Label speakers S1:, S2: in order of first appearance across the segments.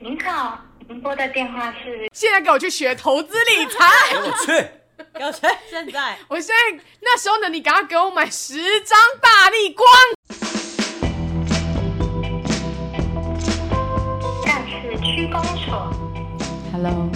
S1: 您好，您拨的电话是
S2: 现在给我去学投资理财。
S3: 哎我 去，
S4: 要趁现在
S2: 我现在那时候呢，你赶快给我买十张大力光。
S1: 干事区公所。
S2: Hello，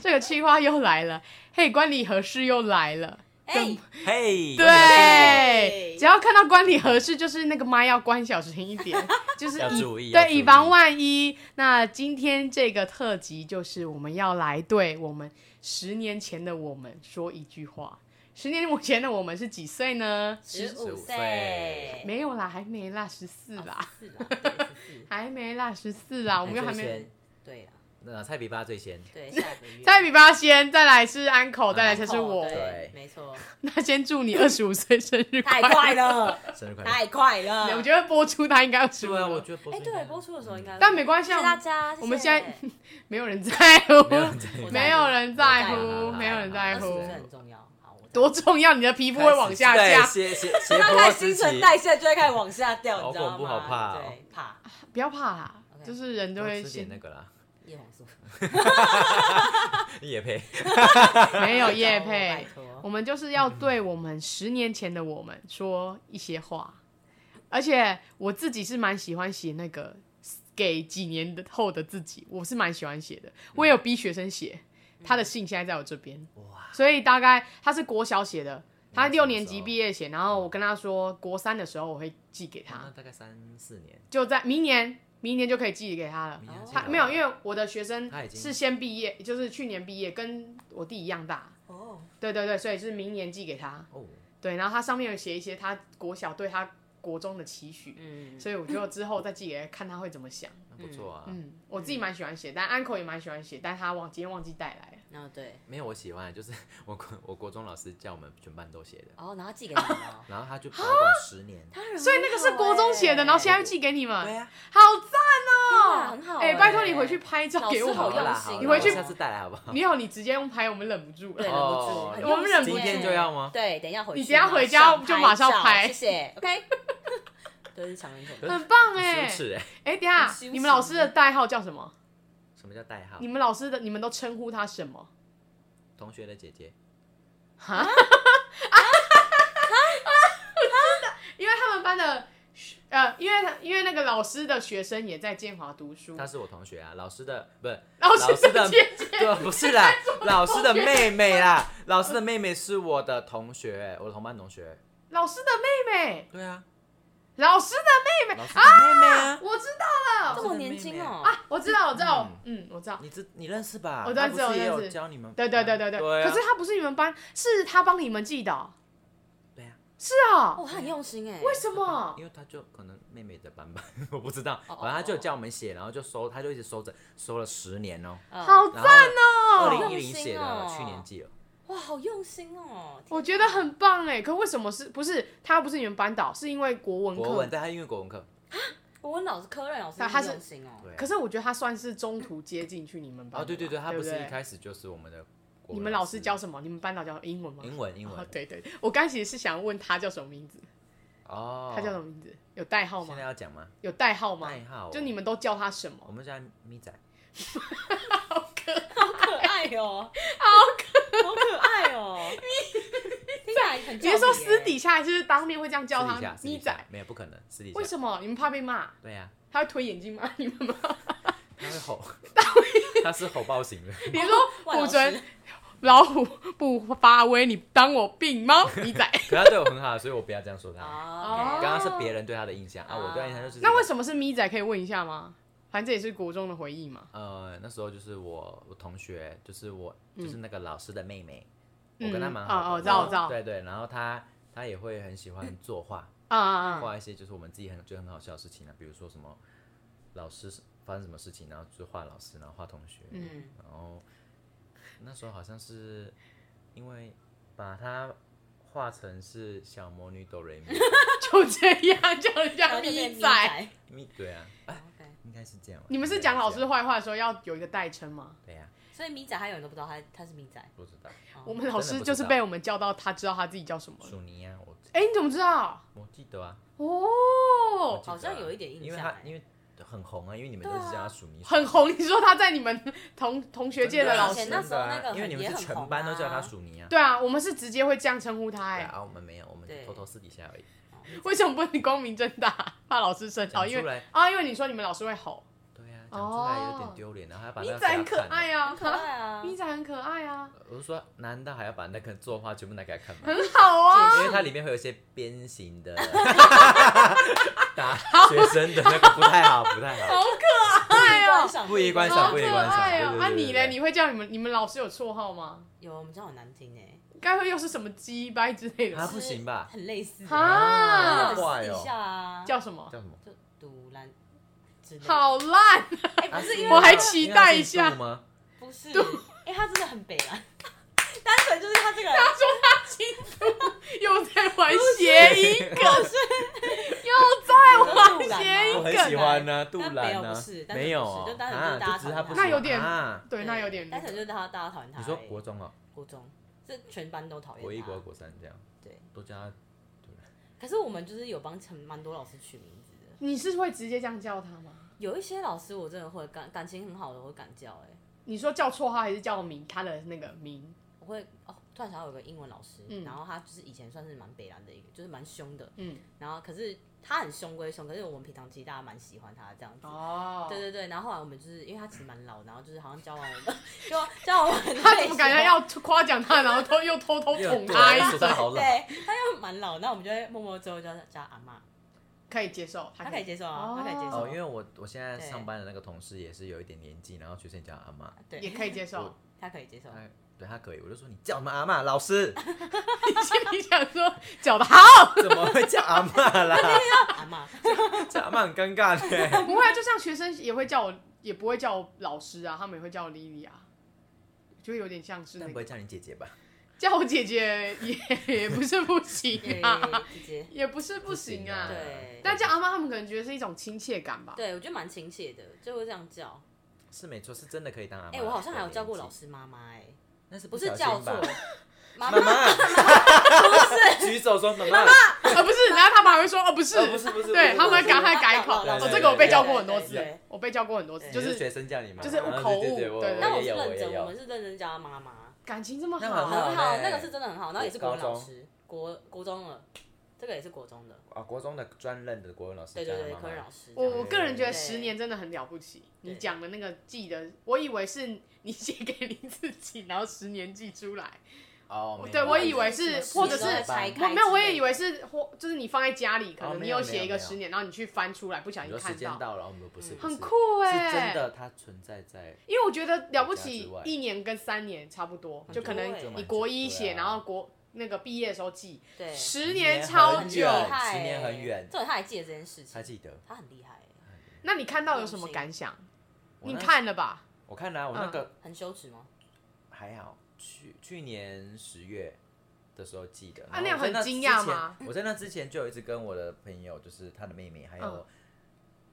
S2: 这个气话又来了，嘿，关理合适又来了。
S4: 哎，
S3: 嘿，
S2: 对
S4: 对，
S2: 只要看到关理合适，就是那个麦要关小心一 点，就是
S3: 要
S2: 以
S3: 注意要
S2: 对，
S3: 注意
S2: 以防万一。那今天这个特辑就是我们要来对我们十年前的我们说一句话。十年前的我们是几岁呢？
S3: 15
S4: 十五
S3: 岁
S4: 岁，
S2: 没有啦，还没啦，十四啦，
S4: 是啦，对哎哦十 四哎
S2: 还没啦，十四啦，我们又还
S3: 最
S2: 没。
S3: 哎先，呃
S4: 对啦，
S3: 那蔡比巴最先，
S4: 对，下个月哦
S2: 再比八先，再来是安口，再来才是我。
S4: 嗯对，没错，
S2: 那先祝你二十五岁生日
S4: 太
S2: 乐！
S4: 快了，
S3: 生日快乐！
S4: 太快了，
S2: 我觉得播出他应该要十
S3: 是
S2: 五
S3: 啊，我
S2: 了，
S3: 觉得播
S4: 哎，
S3: 出应
S4: 对，
S3: 该
S4: 播出的时候应该，
S2: 但没关系
S4: 谢
S2: 啊
S4: 谢大家，谢谢
S2: 我们现在 没有人在乎，
S3: 没有人在
S2: 没有人在乎，
S3: 乎乎
S4: 我在
S2: 没有人在
S4: 二十
S2: 乎
S4: 五，岁很重要，好，我在
S2: 多重要！你的皮肤会往下
S3: 对
S2: 降，
S3: 斜斜斜
S4: 看到
S3: 坡
S4: 开
S3: 时
S4: 始新
S3: 期，
S4: 陈代谢就会开始往下掉，
S3: 好
S4: 你知道吗？
S3: 恐怖好怕哦
S4: 对，怕
S2: 不要怕啦，
S4: OK
S2: 就是人都
S3: 多
S2: 会
S3: 吃点
S2: 先
S3: 那个啦，
S4: 叶黄素，
S3: 也配
S2: 没 有叶
S4: 拜
S2: 配，我
S4: 托，
S2: 们就是要对我们十年前的我们说一些话，而且我自己是蛮喜欢写那个给几年的后的自己，我是蛮喜欢
S3: 嗯
S2: 写的。我也有逼学生写，他的信现在在我这边，
S3: 哇，
S2: 所以大概他是国小写的，他
S3: 那
S2: 六
S3: 什么
S2: 年
S3: 时
S2: 级
S3: 候
S2: 毕业写，然后我跟他说国三的时候我会寄给
S3: 那
S2: 他，
S3: 大概三四年，
S2: 就在明年，明年就可以寄给他了。
S3: 明年
S2: 他
S3: 才
S2: 哦没有，因为我的学生
S3: 嗯他已经
S2: 是先毕业，就是去年毕业，跟我弟一样大。
S4: 哦，
S2: 对对对，所以是明年寄给他。
S3: 哦，
S2: 对，然后他上面有写一些他国小对他国中的期许，
S4: 嗯，
S2: 所以我就之后再寄给他看他会怎么想。
S3: 那不错啊，
S2: 嗯，我自己蛮喜欢写，但 uncle 也蛮喜欢写，但他忘今天忘记带来了。
S4: 然后对，
S3: 没有我喜欢，就是 我国我国中老师叫我们全班都写的，
S4: 哦，然后寄给你们 哦
S3: 然后他
S2: 啊
S3: 就保管十年，
S4: 他人很好欸，
S2: 所以那个是国中写的，然后现在又寄给你们，
S3: 对啊呀，
S2: 好赞哦、
S4: 欸啊天哪很好
S2: 哎、
S4: 欸
S2: 拜托你回去拍照给我
S4: 老师好
S3: 好
S4: 用
S3: 啦好
S4: 心哦
S3: 啦
S2: 你回去
S3: 我下次带来好不好？
S2: 没有，你直接用拍，我们忍不住
S4: 对，
S2: 了。
S4: 忍
S3: 哦
S4: 不住，
S2: 我们忍不
S4: 住，
S2: 住今
S3: 天就要吗
S4: 对，等一下回去，
S2: 你等一下回家就马上
S4: 照
S2: 拍
S4: 谢谢，OK，都是常人口
S3: 可是
S2: 很棒哎、
S3: 很羞耻哎，
S2: 哎、等一下
S4: 很羞，耻
S2: 你们老师的代号叫什么？
S3: 什么叫代号
S2: 你？们老师的，你们都称呼他什么？
S3: 同学的姐姐，
S2: 因为他们班的，呃，因为因为那个老师的学生也在建华读书，
S3: 她是我同学啊，老师的不是
S2: 老
S3: 老师的
S2: 姐姐，
S3: 对，不 是啦，老师的妹妹啦，老师的妹妹是我的同学，我的同班同学。
S2: 老师的妹妹，
S3: 对啊，
S2: 老师的妹妹
S3: 老师的妹妹啊，
S2: 我知道
S4: 这
S2: 了，
S4: 么年轻哦，
S2: 啊，我知道，我知道，嗯，我知道。
S3: 你知你认识吧？
S2: 我认识
S3: 她不是也
S2: 我
S3: 有
S2: 认识
S3: 教你们。
S2: 对对对对对，
S3: 对啊。
S2: 可是他不是你们班，是他帮你们记的哦、
S3: 对啊，
S2: 是啊、
S4: 哦，他很用心哎，
S2: 为什么？
S3: 因为他就可能妹妹的版本， 我不知道，
S4: 哦
S3: 反正他就叫我们写，然后就收，他就一直收着，收了十年哦。
S4: 嗯
S2: 好赞
S3: 然后二
S2: 哦、
S3: 零一零写
S4: 好
S3: 的，
S4: 用心哦
S3: 去年寄了。
S4: 哇，好用心哦，
S2: 我觉得很棒哎，可为什么是不是他不是你们班导，是因为国文
S3: 国文，
S2: 课？
S3: 但他因为国文课，
S4: 我问老师科任老师
S2: 他他
S4: 很
S2: 是
S4: 用心哦，
S3: 对啊。
S2: 可是我觉得他算是中途接进去你们班的吧。
S3: 哦，对对对，他不是
S2: 对
S3: 一
S2: 对
S3: 开始就是我们的国文。
S2: 你们老师教什么？你们班导教英文吗？
S3: 英文，英
S2: 哦
S3: 文。，
S2: 对对，对我刚其实是想问他叫什么名字，
S3: 哦。
S2: 他叫什么名字？有代号
S3: 现
S2: 吗
S3: 在？要讲吗？
S2: 有代号吗？
S3: 代号哦。哦
S2: 就你们都叫他什
S3: 我
S2: 么？
S3: 们家咪仔，
S4: 好可爱 哦，好可好可爱哦，听起来很
S2: 你是说私底下还是当面会这样叫
S3: 私底
S2: 他
S3: 下？私
S2: 咪
S3: 底
S2: 仔
S3: 下？没有不可能，私底下
S2: 为什么？你们怕被骂？
S3: 对呀、
S2: 他会推眼镜 吗？你们吗？
S3: 他会 吼，他是吼爆型的，
S2: 比如说
S4: 万
S2: 虎
S4: 老师
S2: 尊老虎不发威，你当我病 猫咪仔。
S3: 可他对我很好，所以我不要这样说他。
S4: 哦
S2: 哦
S3: 刚刚是别人对他的印象啊，
S4: 哦
S3: 我对他印象就是
S2: 那为
S3: 么？
S2: 什么是咪仔？可以问一下吗？反正这也是国中的回忆 嘛。
S3: 呃，那时候就是我我同学，就是我
S2: 嗯
S3: 就是那个老师的妹妹，
S2: 嗯
S3: 我跟她蛮好的
S2: 哦哦知道
S4: 我知道
S3: 对对，然后她她也会很喜欢作画，
S2: 啊啊啊！
S3: 画一些就是我们自己很觉得很好笑的事情啊，比如说什么老师发生什么事情，然后就画老师，然后画同学，
S4: 嗯，
S3: 然后那时候好像是因为把它画成是小魔女 哆瑞咪
S2: 就这样叫人
S4: 然
S2: 家
S4: 后就变
S2: 咪
S4: 咪
S2: 仔。
S4: 仔，
S3: 咪，对啊，哎，
S4: OK
S3: 应该是这样吧。
S2: 你们是
S3: 应该
S2: 讲老
S3: 这
S2: 师
S3: 样？
S2: 坏话的时候要有一个代称吗？
S3: 对呀、
S4: 所以咪仔还有人都不知道他他是咪仔，
S3: 不知道，
S4: 哦
S2: 我们老
S3: 真
S2: 师
S3: 的不
S2: 就是
S3: 知道
S2: 被我们叫到，他知道他自己叫什么了。
S3: 鼠尼啊，我
S2: 哎、你怎么知道？
S3: 我记得啊，我
S2: 哦
S3: 记，得啊
S4: 好像有一点印
S3: 因为
S4: 象
S3: 他
S4: 哎
S3: 因为很红啊，因为你们都是叫他数米水，
S2: 很红。你说他在你们同同学界
S3: 真
S2: 的
S3: 啊
S2: 老
S4: 而且
S2: 师，
S4: 那时候那
S3: 真的
S4: 个
S3: 啊因为你们
S4: 也很
S3: 是
S4: 红
S3: 全班都叫
S4: 啊
S3: 他数米啊。
S2: 对啊，我们是直接会这样称呼他哎、
S3: 对啊，我们没有，我们
S4: 对
S3: 偷偷私底下而已。
S2: 为什么不能光明正大？ 怕老师生
S3: 讲
S2: 气，因
S3: 出
S2: 为
S3: 来，
S2: 啊，因为你说你们老师会吼，
S3: 对啊，讲出来有点丢脸，然后还把
S2: 咪
S3: 那个
S2: 仔
S3: 给
S2: 很
S3: 他
S2: 可
S3: 看啊。
S2: 爱啊，
S4: 可爱啊，
S2: 咪仔很可爱啊，
S3: 我是说，难道还要把那个作画全部拿给他看 吗？
S2: 很好啊。
S3: 因为它里面会有一些鞭刑的， 打学生的那个不太好，不太好。
S2: 爱哦
S4: 观赏
S3: 不宜观
S2: 好
S3: 赏
S2: 可
S3: 不宜观赏
S2: 爱哦！
S3: 对对对
S2: 啊，
S3: 对
S2: 你嘞？
S3: 对
S2: 你会叫你们你们老师有绰号吗？
S4: 有我们这好难听哎，
S2: 该会又是什么鸡掰之类的
S3: 啊
S2: 吧？
S3: 不行吧
S4: 很类似
S2: 啊
S4: 那
S2: 啊
S4: 我
S3: 坏
S4: 私底下
S3: 哦，
S4: 啊，
S2: 叫什么？
S3: 叫什么？
S4: 就独蓝之类的，
S2: 好烂！啊
S4: 哎
S3: 啊
S4: 不是因为
S2: 我还
S4: 他
S2: 期
S3: 因为它
S2: 待
S3: 是
S2: 一下
S3: 度吗？
S4: 不是，哎他真的很北蓝，单纯就是他这个人
S2: 他说他基督又在玩谐音梗， 又在玩谐
S4: 我
S2: 音
S3: 我
S4: 很
S3: 很
S2: 梗
S3: 喜。欢呢，杜
S4: 但没
S3: 兰
S4: 有
S3: 呢
S4: 不是？但是
S3: 没有
S4: 不
S3: 哦
S4: 是就，单纯就是
S3: 啊，
S4: 大家
S3: 就只是他
S4: 讨厌
S3: 不
S4: 他
S2: 那有点
S3: 啊。
S2: 对，那有点
S4: 单纯就是他大家讨厌他而
S3: 你
S4: 已。
S3: 说国中哦，
S4: 国中，这全班都讨厌他。
S3: 国一、国二、国三这样，
S4: 对，
S3: 都叫他
S4: 可是我们就是有帮很蛮多老师取名字的，
S2: 你是会直接这样叫他吗？
S4: 有一些老师我真的会感感情很好的，我会敢叫哎、
S2: 你说叫绰号还是叫名？他的那个名？
S4: 我会哦，突然想到有个英文老师，
S2: 嗯
S4: 然后他就是以前算是蛮北蓝的一个，就是蛮凶的，
S2: 嗯，
S4: 然后可是他很凶归凶，可是我们平常其实大家蛮喜欢他这样子。
S2: 哦
S4: 对对对，然后后来我们就是因为他其实蛮老，然后就是好像 交往我们，就交往我们，
S2: 他怎么感觉要夸奖他，然后偷又偷偷捅他一
S3: 说他
S2: 下？
S3: 好老，
S4: 对，他又蛮老，那我们就会默默之后叫他叫他阿妈，
S2: 可以接受，
S4: 他可以接受啊
S2: 哦，
S4: 他可以接
S3: 哦，因
S4: 受，
S3: 为我我现在
S4: 对
S3: 上班的那个同事也是有一点年纪，然后学生也叫他阿妈，
S4: 对，
S2: 也可以接受。
S4: 他可以接受，
S3: 他对他可以，我就说你叫我们阿妈，老师
S2: 你 心里想说叫的好，
S3: 怎么会叫阿妈啦？
S4: 阿 妈，
S3: 叫阿妈很尴尬的。
S2: 不会啊，就像学生也会叫我，也不会叫我老师啊，他们也会叫我 Lily 啊，就有点像是
S3: 但
S2: 那
S3: 不会
S2: 个
S3: 叫你姐姐吧？
S2: 叫我姐姐也也不是不行
S4: 对
S2: 啊，，
S4: 直接，
S2: 也不是不行啊。
S4: 对
S2: 但叫阿妈他们可能觉得是一种亲切感吧。
S4: 对我觉得蛮亲切的，就会这样叫。
S3: 是没错，是真的可以当阿妈。
S4: 哎，我好像还有叫过老
S3: 师，
S4: 师妈妈，哎，
S3: 那是
S4: 不
S3: 不
S4: 是
S3: 小
S4: 叫
S3: 心
S4: 错
S3: 吧？，
S4: 妈
S3: 妈
S4: 妈
S3: 妈，不 是，举手说妈妈，
S2: 呃，不是，然后他们还会说哦，不是，
S3: 哦不是不是不
S2: 对
S3: 是
S2: 他们会赶快
S4: 不是
S2: 改口。
S4: 对对
S2: 哦，
S4: 对
S2: 这个我被
S3: 对
S2: 教
S4: 对
S2: 过很多
S4: 对
S2: 次
S4: 对，
S2: 我被教过很多次，
S4: 对
S2: 就
S3: 你
S2: 是
S3: 学生叫你妈，
S2: 就是
S3: 啊
S2: 口误
S3: 对对对，我
S2: 对对
S4: 但我
S3: 我
S4: 是
S3: 也有，我
S4: 认
S3: 也
S4: 真，我
S3: 有
S4: 们。是认真叫她妈妈，
S2: 感情这么
S3: 那很
S2: 好，
S3: 好
S4: 很好，
S3: 嘞
S4: 那个是真的很好，然后也是国文老
S3: 高中
S4: 师，国国中了，这个也是国中的，
S3: 啊，国中的专任的国文老师
S4: 对
S3: 叫
S4: 对
S3: 他
S4: 对，
S3: 妈
S4: 科任老
S3: 妈，
S4: 师这
S2: 我
S4: 样，
S2: 我个人觉得
S4: 对
S2: 十年真的很了不起。
S4: 对
S2: 你讲的那个记得，我以为是你写给你自己，然后十年记出来。
S3: 哦，没有
S2: 对我以为是
S4: 十年
S2: 或者是
S4: 都在拆开之类
S2: 我
S4: 的，
S2: 没有，我也以为是或就是你放在家里，可
S3: 哦
S2: 能你
S3: 没有
S2: 写一
S3: 没有
S2: 个
S3: 没有
S2: 十年，然后你去翻出来，不小
S3: 你
S2: 心
S3: 说时间
S2: 看到，
S3: 到了，我们不是，不是
S2: 很，酷哎、
S3: 是真的，它存在在
S2: 因为我觉得了不
S3: 家
S2: 起
S3: 之外，
S2: 一年跟三年差不多，就可能
S4: 就
S2: 你
S3: 蛮
S2: 国
S3: 久
S2: 一
S3: 对啊
S2: 写，然后国那个毕业的时候记，
S4: 对，
S2: 十
S3: 年
S2: 年
S3: 很
S2: 超
S4: 很
S3: 久
S2: 久。
S4: 厉害欸，
S3: 十年很远
S4: 这他还记得这件事
S3: 他
S4: 情，
S3: 记得。
S4: 他很厉害欸，
S2: 那你看到有什么感想？你看了吧？
S3: 我看了、啊，我那个
S4: 很羞耻吗？
S3: 还好，去去年十月的时候记得。
S2: 啊
S3: 然后
S2: 那样
S3: 我在
S2: 很惊
S3: 之
S2: 讶
S3: 前
S2: 吗？
S3: 我在那之前就有一直跟我的朋友，就是他的妹妹，还
S2: 嗯
S3: 有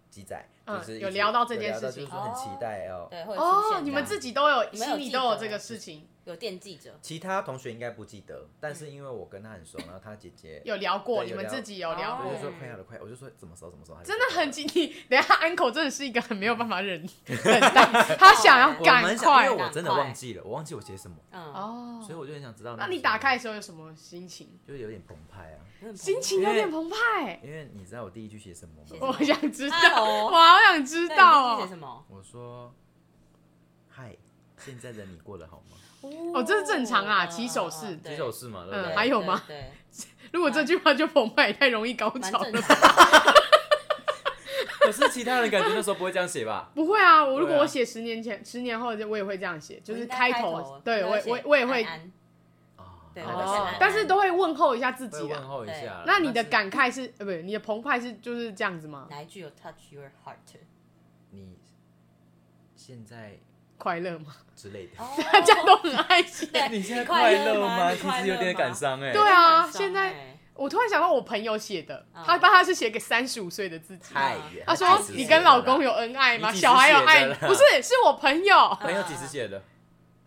S3: 鸡仔，
S2: 嗯
S3: 就是一直
S2: 有聊到这件事情
S3: 有聊到就是说很期待哦。
S4: 对，会出
S2: 哦，
S4: 现
S2: 你
S4: 这
S2: 们
S4: 样
S2: 自己都有
S4: 你们有
S2: 心里
S4: 记
S2: 都有
S4: 得
S2: 这个事情，
S4: 有惦记着，
S3: 其他同学应该不记得，但是因为我跟他很熟，然后他姐姐
S2: 嗯有聊过，
S3: 对
S2: 你
S3: 有
S2: 们
S3: 聊
S2: 自己有聊
S4: 哦
S2: 过
S3: 我就。说
S4: 嗯
S3: 快好了，快，我就说怎么熟怎么熟，他就
S2: 真的
S3: 说
S2: 很紧，你 等一下 uncle 真的是一个很没有办法忍忍耐，他想要
S3: 我
S2: 赶
S3: 蛮想，
S2: 快
S3: 因为我真的
S4: 赶快
S3: 忘记了，我忘记我写什么，
S4: 嗯，
S2: 哦
S3: 所以。我就很想知道。
S2: 那你打开的时候有什么心情？
S3: 就是有点澎湃啊，
S2: 心情有点澎湃，
S3: 因为你知道我第一句写什么
S4: 写
S3: 吗
S4: 什？
S2: 我
S4: 么
S2: 想知
S4: 哎
S2: 道，我
S4: Hello，
S2: 好想知
S4: 知
S2: 道
S4: 写
S2: 哦。
S4: 什么？
S3: 我说：“嗨，现在的你过得好 吗
S2: 哦
S4: 哦
S2: 这是正常啊起手式？”
S3: 这首是嘛，对
S2: 嗯
S3: 不对？
S2: 还有吗
S4: 对，
S2: 如果这句话就澎湃，也太容易高
S4: 对蛮
S2: 潮
S4: 正
S2: 了。
S4: 常的。
S3: 可是其他人感觉那时候不会这样写 吧？
S2: 不会啊，我如果
S3: 对啊
S2: 我写十年前、十年后，我也会这样写，就
S4: 我
S2: 是
S4: 应该
S2: 头
S4: 头，，
S2: 对我
S4: 然后
S2: 也我
S4: 写
S2: 我也会
S4: 安安
S3: 啊，
S4: 对
S3: 那
S4: 我都写
S3: 是
S4: 安
S2: 哦
S4: 安，
S2: 但是都会问候一下自
S3: 会
S2: 己
S3: 问
S2: 啦。
S3: 候一
S4: 对
S3: 下啦。
S2: 那你的
S3: 但是
S2: 感慨是，呃，不是你的澎湃是就是这样子吗？
S4: 哪一句有 touch your heart？
S3: 你现在
S2: 快乐吗？
S3: 之类的，
S4: 大
S2: 这样都很爱 写。
S4: 对
S3: 你现在
S4: 快
S3: 乐
S4: 乐哦吗你
S3: 其
S4: 快
S3: 实有
S4: 乐
S3: 点
S4: 吗
S3: 感伤哎。
S2: 对啊
S4: 很伤
S2: 现在
S4: 欸
S2: 我突然想到我朋友写的，
S3: 啊
S4: 嗯
S2: 他爸他是写给三十五岁的自己。
S3: 太远。
S2: 他说
S3: 几时：“
S2: 你
S3: 写
S2: 跟
S3: 的
S2: 老
S3: 啦
S2: 公有恩爱吗？
S3: 你几时
S2: 小孩有
S3: 写的
S2: 爱你？
S3: 啦
S2: 不是，是我朋友。
S3: 朋友几时写的？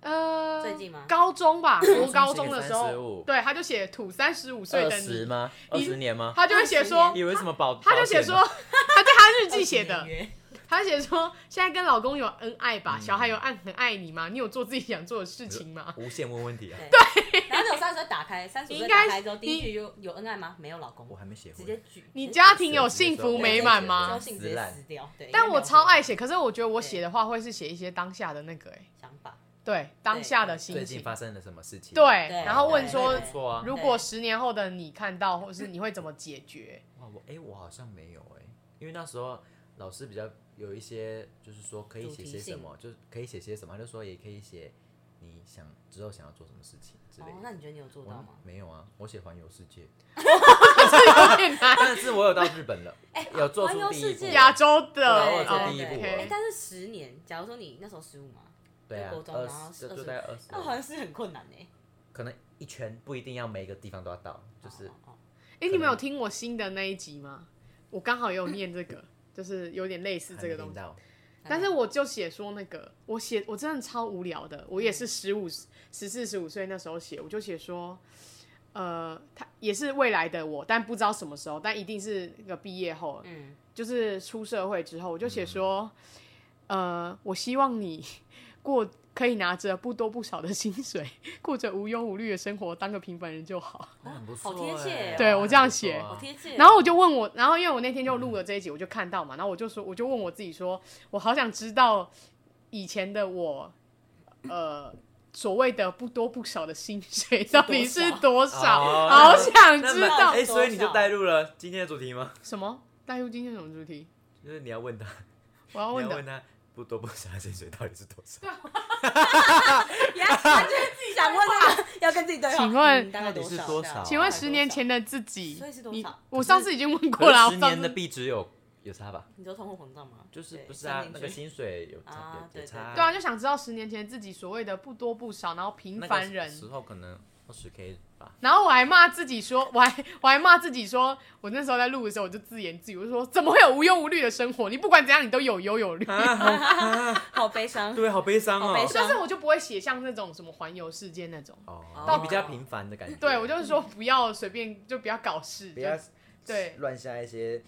S2: 呃，
S4: 最近吗
S2: 高中吧，读高中的时候，
S3: 35
S2: 对，他就写土三十五岁
S3: 二
S2: 的
S3: 十
S2: 你，
S3: 吗？二
S2: 你
S3: 十年吗？
S2: 他就会写说，
S3: 以为什么保？
S2: 他就写说， 他在他日记写
S4: 二
S2: 的
S4: 十，年约
S2: 他写说现在跟老公有恩爱
S3: 嗯
S2: 吧，小孩有爱很爱你吗？你有做自己想做的事情吗？
S3: 无限问问题啊，
S4: 对，然后有三十岁打开，三十岁打开之后，
S2: 应该
S4: 第一句有有恩爱吗？没有老公
S3: 我，还没写
S4: 直接
S3: 婚。
S4: 举。
S2: 你家庭有幸福美满
S4: 直接
S2: 吗
S4: 直？接性
S3: 死
S4: 直接
S3: 烂
S4: 撕掉，对。
S2: 但
S4: 因为
S2: 我
S4: 没有
S2: 超爱写，可是我觉得我写的话会是写一些当下的那个、欸，
S4: 想法，
S2: 对，当下的心
S3: 最近
S2: 情，
S3: 发生了什么事情？
S2: 对，
S4: 对
S2: 然后问说
S4: 对
S3: 不，错啊。
S2: 如果十年后的你看到，或是你会怎么解决？
S3: 哇，我哎、我好像没有哎、因为那时候老师比较有一些，就是说可以
S4: 主
S3: 写
S4: 题
S3: 些什
S4: 性
S3: 么，就是可以写些什么，他就说也可以写你想之后想要做什么事情之类
S4: 哦，
S3: 的。
S4: 那你觉得你有做
S3: 我
S4: 到吗？
S3: 没有啊，我写环游世界，
S2: 有点难。
S3: 但是我有到日本了，
S4: 哎
S3: 有做
S4: 环
S3: 出
S4: 游
S3: 第一
S4: 世
S3: 步
S4: 界，
S2: 亚洲的，
S4: 对我有
S2: 哦
S4: 做第一
S2: ，OK
S4: 步
S3: 哎
S4: 哎，但是十年，假如说你那时候十五嘛，
S3: 对啊
S4: 国，中
S3: 二
S4: 然后
S3: 十
S4: 二
S3: 就
S4: 十
S3: 大概二十
S4: 那，好像是很困难哎。
S3: 可能一圈不一定要每一个地方都要到，就是
S4: 哦哦
S2: 哎，你们有听我新的那一集吗？我刚好也有念这个，就是有点类似这个
S3: 还没
S2: 东
S3: 听
S2: 西。
S3: 到
S4: 哦
S2: 但是我就写说那个，我写我真的超无聊的，我也是十五、十四、十五岁那时候写，我就写说，呃，他也是未来的我，但不知道什么时候，但一定是那个毕业后，
S4: 嗯，
S2: 就是出社会之后，我就写说，呃，我希望你 过可以拿着不多不少的薪水，过着无忧无虑的生活，当个平凡人就好。
S3: 那很不错、
S4: 好贴切
S3: 哎
S4: 哦
S2: 对我这样写
S4: 好
S3: 啊
S4: 贴
S3: 嗯
S4: 切。
S2: 然后我就问我，然后因为我那天就录了这一集，我就看到嘛，然后我就说，我就问我自己说，我好想知道以前的我，呃，所谓的不多不少的薪水到底是多少，
S3: 哦
S2: 好想
S3: 那
S2: 知
S3: 么
S2: 道
S3: 哎、所以你就带入了今天的主题吗？
S2: 什么。带入今天什么主题？
S3: 就是你要问他，
S2: 我要
S3: 你
S2: 问
S3: 要
S2: 哦的
S3: 问他不多不少的薪水到底是多少？
S4: 他就是自己想问他， 要跟自己对话。
S2: 请问
S4: 嗯大概
S3: 到底是
S4: 多
S3: 多
S4: 少？
S3: 少啊
S2: 请问十年前的自己，
S4: 所以是多
S2: 你
S4: 少
S2: 我上次已经问 过了，啊
S3: 可是十
S2: 我上
S3: 年的
S2: 次
S3: 币值有有差吧？
S4: 你说通货膨胀吗？
S3: 就是
S4: 对
S3: 不是啊
S4: 算？进
S3: 那个
S4: 去
S3: 薪水有差
S4: 啊
S3: 有
S4: 对
S3: 有差，
S2: 对啊，就想知道十年前自己所谓的不多不少，然后平
S3: 那个
S2: 凡人，
S3: 时候可能二十 K 吧。
S2: 然后我还骂自己说， 我还我还骂自己说，我那时候在录的时候我就自言自语，我就说怎么会有无忧无虑的生活？你不管怎样，你都有忧有虑。
S3: 啊
S4: 好悲伤。
S3: 对，好悲伤
S4: 好
S3: 哦
S4: 悲。伤
S2: 但是我就不会写像那种什么环游世界那种，
S3: 哦，
S4: 到
S3: 你比较平凡的感觉。
S2: 对我就是说不要随便就不要搞事，
S3: 不
S2: 就
S3: 要
S2: 对
S3: 乱下一些。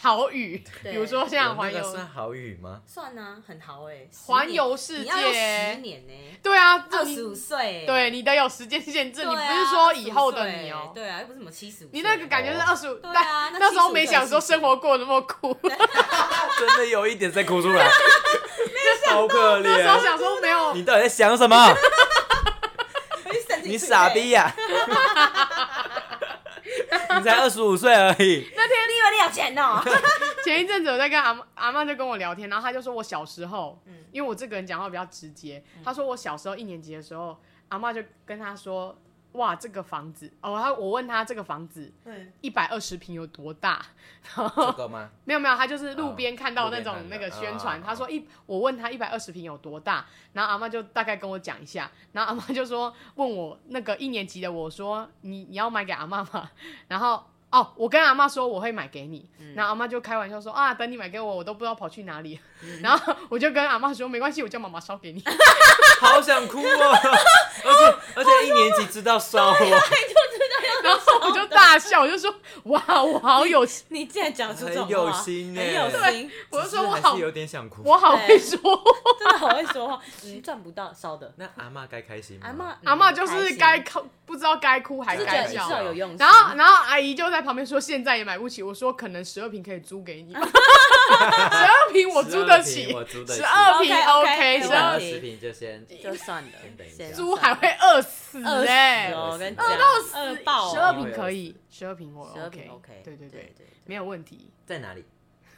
S2: 好语，比
S4: 对
S2: 如说像环
S3: 有那个
S2: 游
S3: 算好语 吗？
S4: 算啊，很好哎。
S2: 环游世
S4: 你要用十
S2: 界，
S4: 年呢，
S2: 对啊，
S4: 二
S2: 你
S4: 十五岁欸。
S2: 对你得有时间限制，
S4: 对
S2: 你
S4: 啊，
S2: 不是说以后的你
S4: 25
S2: 哦
S4: 岁。对啊，又不是什么七十五。
S2: 你那 个感觉是
S3: 哦
S2: 二十五，
S4: 对
S2: 但
S4: 啊，
S2: 那时候
S4: 75
S2: 没想说生活过得那么苦，
S4: 啊
S3: 真的有一点在哭出来，好可
S2: 那时候
S3: 怜。
S2: 想说没有
S3: 你到底在想 什么？
S4: 岁，欸
S3: 你傻逼呀！你才二十五岁而 已。
S4: 你以为你有钱 哦？
S2: 前一阵子我在跟阿嬷阿妈就跟我聊天，然后她就说我小时候，
S4: 嗯
S2: 因为我这个人讲话比较直接，她说我小时候一年级的时候，阿妈就跟她说，哇，这个房子哦，她我问她这个房子
S4: 对，
S2: 一百二十平有多大，然
S3: 这
S2: 后
S3: 个吗？
S2: 没有没有，她就是路边看到
S3: 路
S2: 那
S3: 边
S2: 种
S3: 看
S2: 那
S3: 到
S2: 个宣
S3: 哦
S2: 传，
S3: 哦
S2: 她说一，我问她一百二十平有多大，然后阿妈就大概跟我讲一下，然后阿妈就说问我那个一年级的我说你你要买给阿妈吗？ 然后哦，我跟阿妈说我会买给你，
S3: 嗯
S2: 然后阿妈就开玩笑说啊，等你买给我，我都不知道跑去哪里。
S3: 嗯
S2: 然后我就跟阿妈说没关系，我叫妈妈烧给 你。
S3: 好想哭哦！而
S4: 哦
S3: 且而且一年级知道烧 哦，
S2: 然后我就大笑，我就说哇，我好 有，
S4: 你竟然讲出这种话，
S3: 很有心欸
S4: 很有心，
S2: 我就
S3: 只是
S2: 说我
S3: 还
S2: 好
S3: 是，有点想哭。
S2: 我好会说话。
S4: 真的好会说话。嗯，赚不到，烧的。
S3: 那阿妈该开心吗？
S4: 阿妈，
S2: 阿妈就
S4: 开
S2: 是
S4: 心
S2: 该哭，不知道该哭还
S4: 就是觉
S2: 该
S4: 得你至
S2: 笑。
S4: 少有用心。
S2: 然后，然后阿姨就在旁边说：“现在也买不起。”我说：“可能十二平可以租给 你，十二平我租得
S3: 12平
S2: 起，
S3: 我租得起
S2: 十二平
S4: OK，OK，
S2: OK，
S4: 没
S2: 十
S4: 问
S2: 二
S4: 题
S3: 二十平就先
S4: 就算了
S3: 先等，一下
S4: 先
S2: 租还会饿死
S4: 饿
S2: 哎、
S4: 死哦，跟你
S3: 饿
S4: 讲，
S3: 到
S2: 死
S4: 饿爆
S2: 十
S4: 哦，
S2: 二瓶可以，十二瓶我
S4: 十二瓶
S2: OK，
S4: OK，
S2: 对对对
S4: 对，
S2: 没有问题。
S3: 在哪里？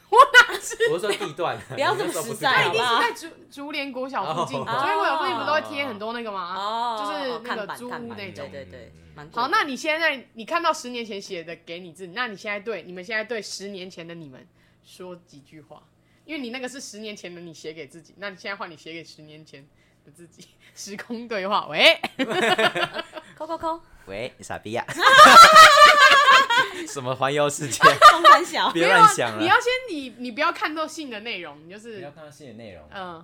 S3: 我哪知？我是说地段，
S4: 不要这么
S3: 我是说不是
S4: 实
S3: 地
S4: 在
S2: 一
S4: 好不
S2: 定
S4: 好
S2: 是在竹竹联国小附近，
S3: 哦
S2: 所以我有附近不是都会贴很多那个吗？啊
S4: 哦，
S2: 就是那个
S4: 哦看板
S2: 租
S4: 看板
S2: 那种
S4: 对对对，蛮贵的
S2: 好，那你现在你看到十年前写的给你自己，那你现在对你们现在对十年前的你们说几句话？因为你那个是十年前的你写给自己，那你现在换你写给十年前的自己， 时空对话。喂，
S4: 扣扣 扣，
S3: 喂，傻逼 呀！什么环游世界？
S4: 中三小，
S3: 别乱想啊了。
S2: 啊你要先你你不要看到信的内容，你就
S3: 不
S2: 是
S3: 看到新的内容
S2: 嗯，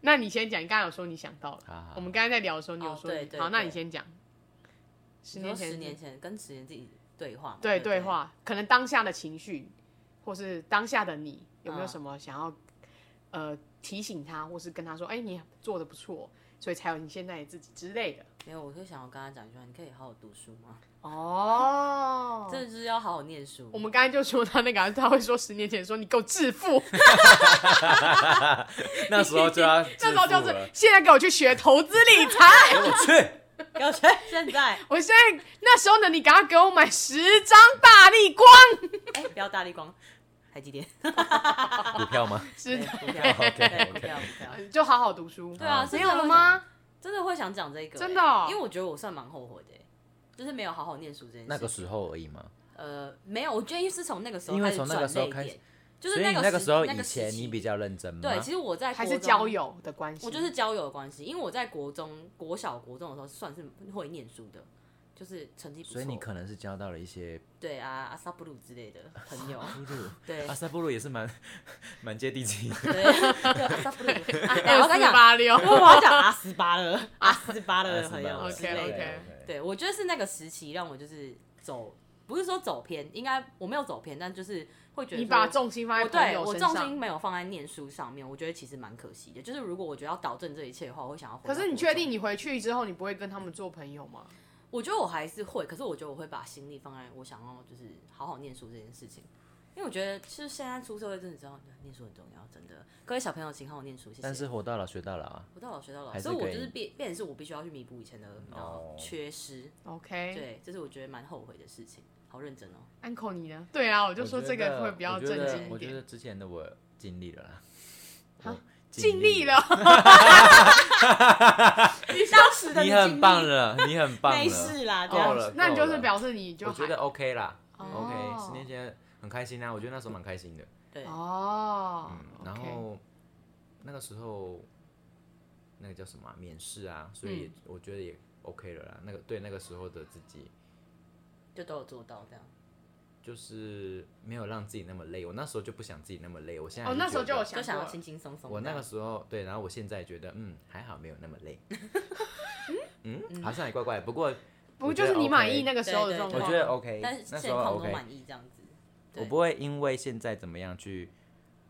S2: 那你先讲，你刚才有说你想到了，
S3: 好好
S2: 我们刚才在聊的时候，你有
S4: 哦
S2: 说你、
S4: 对对
S2: 好，那你
S4: 对
S2: 先讲。十
S4: 你
S2: 年
S4: 说
S2: 前，
S4: 十年前跟十年自己对话嘛，
S2: 对
S4: 不
S2: 对，话，可能当下的情绪，或是当下的你有没有
S4: 嗯
S2: 什么想要、呃提醒他，或是跟他说，哎、你做的不错，所以才有你现在的自己之类的。
S4: 没有，我就想要跟他讲一句话，你可以好好读书吗？
S2: 哦，
S4: 真的就是要好好念书。
S2: 我们刚才就说他那个啊，他会说十年前说你给我致富，
S3: 那时候就 要
S2: 那时候就
S3: 致富
S2: 是
S3: 了
S2: 现在给我去学投资理财。
S3: 我去，
S4: 要学现在，
S2: 我现在那时候呢，你赶快给我买十张大力光，
S4: 哎、不要大力光，台积电，
S3: 股票吗？
S2: 是
S4: 对
S2: 的，
S4: 不 要，
S3: OK，OK
S4: 对，不要，不要。
S2: 就好好读书。嗯
S4: 对啊，
S3: 好
S4: 真
S2: 没
S4: 的
S2: 有了
S4: 会
S2: 吗？
S4: 想？真的会想讲这个、哎
S2: 真的哦
S4: 因为我觉得我算蛮后悔的、就是没有好好念书这件事。
S3: 那个时候而已嘛。
S4: 呃，没有，我觉得是从那个时候
S3: 因为
S4: 开始
S3: 从那
S4: 转
S3: 个时候
S4: 捩
S3: 开始
S4: 点，就是
S3: 所以你
S4: 那
S3: 那
S4: 个
S3: 个
S4: 时
S3: 时候
S4: 那
S3: 以
S4: 个时
S3: 前
S4: 期
S3: 你比嗯啊较认真吗？
S4: 对，其实我在
S2: 还
S4: 国
S2: 是
S4: 中
S2: 交，友的关系？
S4: 我就是交友的关系，因为我在国中、国小、国中的时候算是会念书的，就是成绩不错。
S3: 所以你可能是交到了一些
S4: 对啊，阿萨布鲁之类的朋 友，
S3: 布鲁，
S4: 对
S3: 嗯阿萨布鲁也是蛮 蛮接地气的。
S4: 对，对阿萨布鲁啊， 哎我
S2: 二
S4: 跟
S2: 四
S4: 你讲，
S2: 八六，
S4: 我要讲阿斯 巴勒，阿斯巴勒
S3: 阿
S4: 的
S3: 斯巴
S4: 朋
S3: 勒
S4: 友之类
S2: OK，OK
S4: 的。对，我觉得是那个时期让我就是走，不是说走偏，应该我没有走偏，但就是会觉得
S2: 你
S4: 说
S2: 把重心放
S4: 我
S2: 在朋
S4: 对
S2: 友
S4: 我
S2: 身
S4: 重心
S2: 上。
S4: 没有放在念书上面，我觉得其实蛮可惜的。就是如果我觉得要导正这一切的话，我会想要回。
S2: 可是你确定？你回去之后你不会跟他们做朋友吗？
S4: 我觉得我还是会，可是我觉得我会把心力放在我想要就是好好念书这件事情，因为我觉得就是现在出社会真的知道念书很重要，真的。各位小朋友，请好好念书，谢谢。
S3: 但是活到老学到老啊。
S4: 我到老学到老，
S3: 还是
S4: 所以我
S3: 可以
S4: 就是变变成是我必须要去弥补以前的你知道
S3: 哦
S4: 缺失，
S2: OK，
S4: 对，这是我觉得蛮后悔的事情。好认真哦，
S2: 安 n 你呢？对啊，我
S3: 我
S2: 就说
S3: 觉
S2: 这个
S3: 得
S2: 会比较
S3: 我觉
S2: 正
S3: 得
S2: 经一
S3: 我觉
S2: 点。
S3: 得嗯之前的我尽力了啦，
S2: 哈
S3: 我
S2: 尽力了，，
S4: 你当时
S3: 你很棒了，你很棒了，
S4: 没事啦，这
S3: 够
S4: 样
S3: 了
S2: 哦， 那你就是
S3: 够了
S2: 表示你就
S3: 我觉得
S2: 还
S3: OK 啦
S2: 哦
S3: ，OK，十年前很开心啊，我觉得那时候蛮开心的，
S4: 对，
S2: 哦
S3: 嗯，，然
S2: OK
S3: 后那个时候那个叫什么啊免试啊，所以
S2: 嗯
S3: 我觉得也 OK 了啦，那个对那个时候的自己。
S4: 就都有做到这样。
S3: 就是没有让自己那么累，我那时候就不想自己那么累。我现在
S2: 哦
S3: 还是
S2: 那时候
S3: 觉得
S2: 就有
S4: 就
S2: 想
S4: 想
S2: 过
S4: 要
S2: 了
S4: 轻轻松松的。
S3: 我那个时候对，然后我现在觉得，嗯，还好没有那么累。 嗯，好像也怪怪，不过
S2: 不就是你满意那
S3: 个？
S2: 个时候的
S4: 对
S2: 状
S4: 对
S3: 我
S2: 况？
S3: 觉得 OK，
S4: 但是
S3: 那
S4: 现
S3: 时候啊
S4: 况都
S3: OK，
S4: 满意这样子。对
S3: 我不会因为现在怎么样去，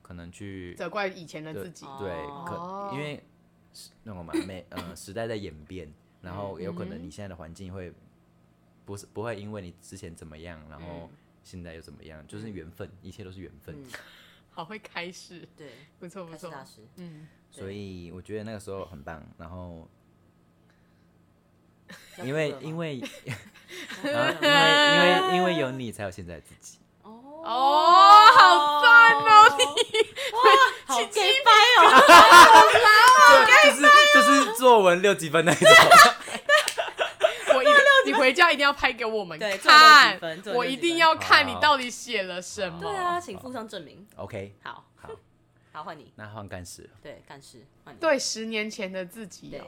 S3: 可能去
S2: 责怪以前的
S3: 对
S2: 自己。
S4: 哦
S3: 对，
S2: 哦
S3: 可因为是那种嘛，每呃时代在演变，然后有可能你现在的环境会不是不会因为你之前怎么样，然后
S4: 嗯
S3: 现在又怎么样，就是缘分，一切都是缘分。
S4: 嗯，
S2: 好会开始，
S4: 对，
S2: 不错不
S4: 开始
S2: 错。
S4: 大师，
S2: 嗯，
S3: 所以我觉得那个时候很棒。然后 因为
S4: 要哭了吗
S3: 因 为
S4: 哦
S3: 啊因为因为因为有你才有现在的自 己，
S2: 哦好赞哦
S4: 你哇， 好 gay 掰哦，
S3: 这就是这是作文六级分那一 种。
S2: 我一 你回家一定要拍给我们
S4: 对做六
S2: 看
S4: 几分，做
S2: 我
S4: 六
S2: 一
S4: 几
S2: 定
S4: 分
S2: 要看你
S3: 好
S2: 到底写了什么。
S4: 对啊，请附上证明。
S3: OK，
S4: 好，
S3: 好，
S4: 好换你，
S3: 那换干事了。
S4: 对，干事换你，
S2: 对十年前的自己
S4: 对
S2: 哦，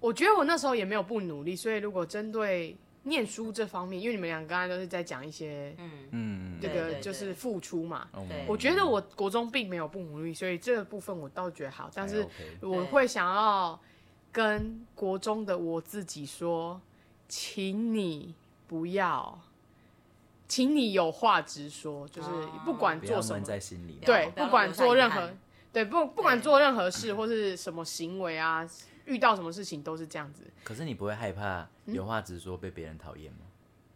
S2: 我觉得我那时候也没有不努力，所以如果针对念书这方面，因为你们俩刚才都是在讲一些
S4: 嗯，
S3: 嗯，
S2: 这
S4: 对
S2: 个就是付出嘛，
S3: 嗯
S4: 对
S2: 我觉得我国中并没有不努力，所以这个部分我倒觉得好，但
S3: 还
S2: 是
S3: OK
S2: 我会想要跟国中的我自己说，请你不要，请你有话直说，就是
S4: 哦
S2: 不管
S3: 不要
S2: 做什
S3: 闷
S2: 么，
S3: 在心里。
S2: 对，
S4: 不要
S2: 不管做任何
S4: 留下遗憾，
S2: 对不不管做任何事或是什么行为啊，遇到什么事情都是这样子。
S3: 可是你不会害怕有话直说被别人讨厌吗？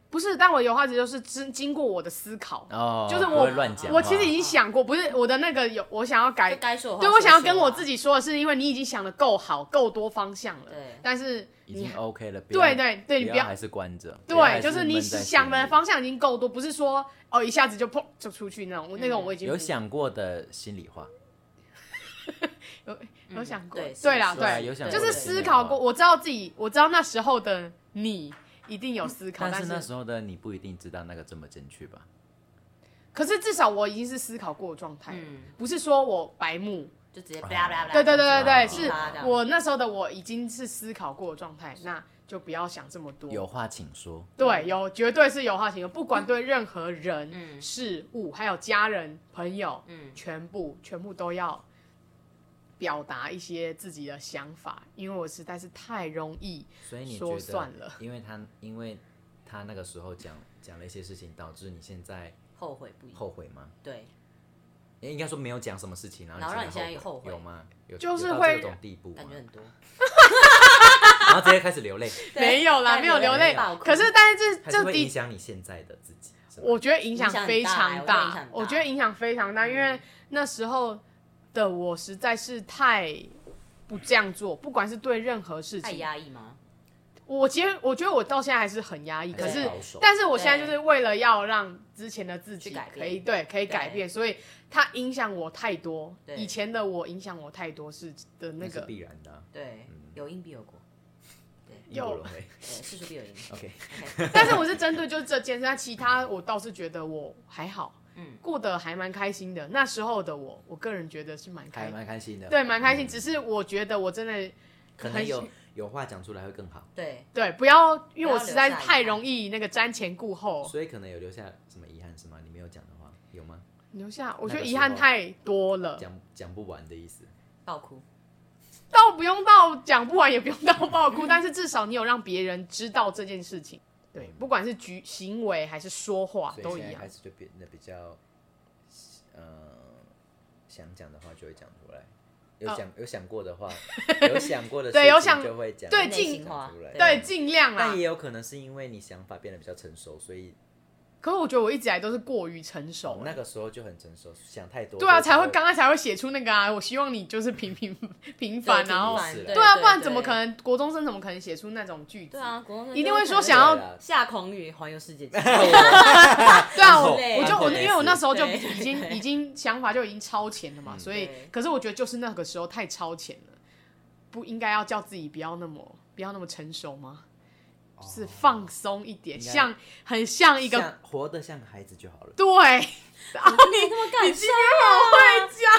S2: 不是，但我有话直说，是经经过我的思考，
S3: 哦，
S2: 就是
S3: 不
S2: 我
S3: 会乱讲话。
S2: 我其实已经想过，不是我的那个有，我想要改
S4: 就该说的话
S2: 对
S4: 说
S2: 我想要跟我
S4: 说啊
S2: 自己说的是，因为你已经想的够好，够多方向了。
S4: 对
S2: 但是
S3: 已
S2: 你
S3: 经 OK 了。不
S2: 对
S3: 要
S2: 对对你
S3: 不
S2: 不要
S3: 还是关着。不要
S2: 对，
S3: 还
S2: 就是你
S3: 闷在心
S2: 想的
S3: 里
S2: 方向已经够多，不是说哦一下子就砰就出去那种，我那种我已经
S3: 有
S2: 不
S3: 想过的心里话。
S2: 有想过，
S4: 对
S2: 对啦
S3: 嗯
S4: 是
S3: 对
S2: 对，
S3: 有想过
S2: 就是思考过，我知道自己，我知道那时候的你一定有思考，
S3: 嗯但
S2: 但
S3: 是那时候的你不一定知道那个这么正确吧？
S2: 可是至少我已经是思考过的状态了，
S4: 嗯
S2: 不是说我白目，
S4: 就直接 blah blah blah，
S2: 对对对对对，
S4: 噼
S2: 是
S4: 啪
S3: 啊
S4: 啊这样
S2: 我那时候的我已经是思考过的状态，那就不要想这么多，
S3: 有话请说。
S2: 对，有绝对是有话题的，不管对任何人、
S4: 嗯
S2: 事物，还有家人、朋友，
S4: 嗯
S2: 全部全部都要表达一些自己的想法，因为我实在是太容易
S3: 所以你觉
S2: 说
S3: 得，
S2: 算了
S3: 因为他因为他那个时候讲讲了一些事情，导致你现在
S4: 后悔不已。
S3: 后悔吗？
S4: 对，
S3: 应该说没有讲什么事情，然后
S4: 然后让你现在
S3: 后
S4: 后悔
S3: 有吗？有
S2: 就是
S3: 有到
S2: 会
S3: 这种地步吗
S4: 感觉很多。
S3: 然后直接开始流 泪，
S4: 对
S2: 没有啦，
S4: 太
S2: 没有流泪
S4: 没有。
S2: 可是，但是
S3: 还
S2: 这这
S3: 是会影
S2: 的，
S3: 响你现在的自己。是吗
S2: 我觉得影响
S4: 影响很
S2: 非常
S4: 大欸
S2: 我
S4: 我
S2: 觉
S4: 觉
S2: 得
S4: 得
S2: 影响非常大，因为那时候的我实在是太不这样做，不管是对任何事
S4: 太
S2: 情，
S4: 压抑吗？
S2: 我其实我觉得我到现在还是很压抑，可
S3: 还是
S2: 是
S3: 保守
S2: 但是我现在就是为了要让之前的自己
S4: 去改变
S2: 可以对可以改变，所以它影响我太多，
S4: 对
S2: 以前的我影响我太多是的那个
S3: 是必然的啊，
S4: 对，有因必有果，
S3: 因果轮 回。
S4: 对，事出必有因。
S3: OK，
S4: OK，
S2: 但是我是针对就是这件事，那其他我倒是觉得我还好，
S4: 嗯
S2: 过得还蛮开心的。那时候的我，我个人觉得是蛮开
S3: 还
S2: 心，
S3: 蛮开心的。
S2: 对，蛮开心。
S3: 嗯
S2: 只是我觉得我真的
S3: 可能有有话讲出来会更好，
S4: 对，
S2: 对，不要，因为我
S4: 不要留
S2: 实在是
S4: 下遗憾
S2: 太容易那个瞻前顾后
S3: 所以可能有留下什么遗憾是吗？你没有讲的话有吗？
S2: 留下，我觉
S3: 那个
S2: 得
S3: 时
S2: 遗憾
S3: 候
S2: 太多了，
S3: 讲讲不完的意思。
S4: 爆哭。
S2: 倒不用到讲不完，也不用到爆 哭，但是至少你有让别人知道这件事情。对，不管是举行为还是说话
S3: 嗯所以
S2: 都
S3: 现
S2: 一
S3: 在
S2: 样
S3: 开。始就变得比较，呃，想讲的话就会讲出来，有想、有想过的 话，有想过的
S2: 哦对
S3: 事
S2: 有
S3: 情
S2: 想
S3: 就会讲
S2: 对
S3: 讲
S2: 进
S3: 出来
S4: 对
S2: 对，尽量啊啦
S3: 但。也有可能是因为你想法变得比较成熟，所以
S2: 可是我觉得我一直以来都是过于成熟欸、
S3: 那个时候就很成熟，想太多。
S2: 对啊，
S3: 所以
S2: 才会刚刚才会写出那个啊。我希望你就是平 平平凡，
S4: 对
S2: 然后
S4: 平凡
S3: 是
S4: 对
S2: 对啊，
S4: 对
S2: 不然
S4: 对
S2: 怎么可能国中生怎么可能写出那种句子？
S4: 对啊，国中生
S2: 一定
S4: 就
S2: 会说
S4: 可能
S2: 想要
S3: 对啊
S4: 下狂语环游世界纪录。
S2: 对啊，我
S3: 很
S4: 累
S2: 我就
S4: 很
S2: 我
S3: 累
S2: 因为我那时候就
S4: 对
S2: 已经
S4: 对嗯
S2: 已经想法就已经超前了嘛，所以
S4: 对
S2: 可是我觉得就是那个时候太超前了，不应该要叫自己不要那么不要那么成熟吗？
S4: 哦
S2: 就是放松一点，
S3: 应该
S2: 像很像一个
S3: 像活得像个孩子就好了。
S2: 对， 啊
S4: 你
S2: 你
S4: 那么感
S2: 今
S4: 伤
S2: 天好会讲，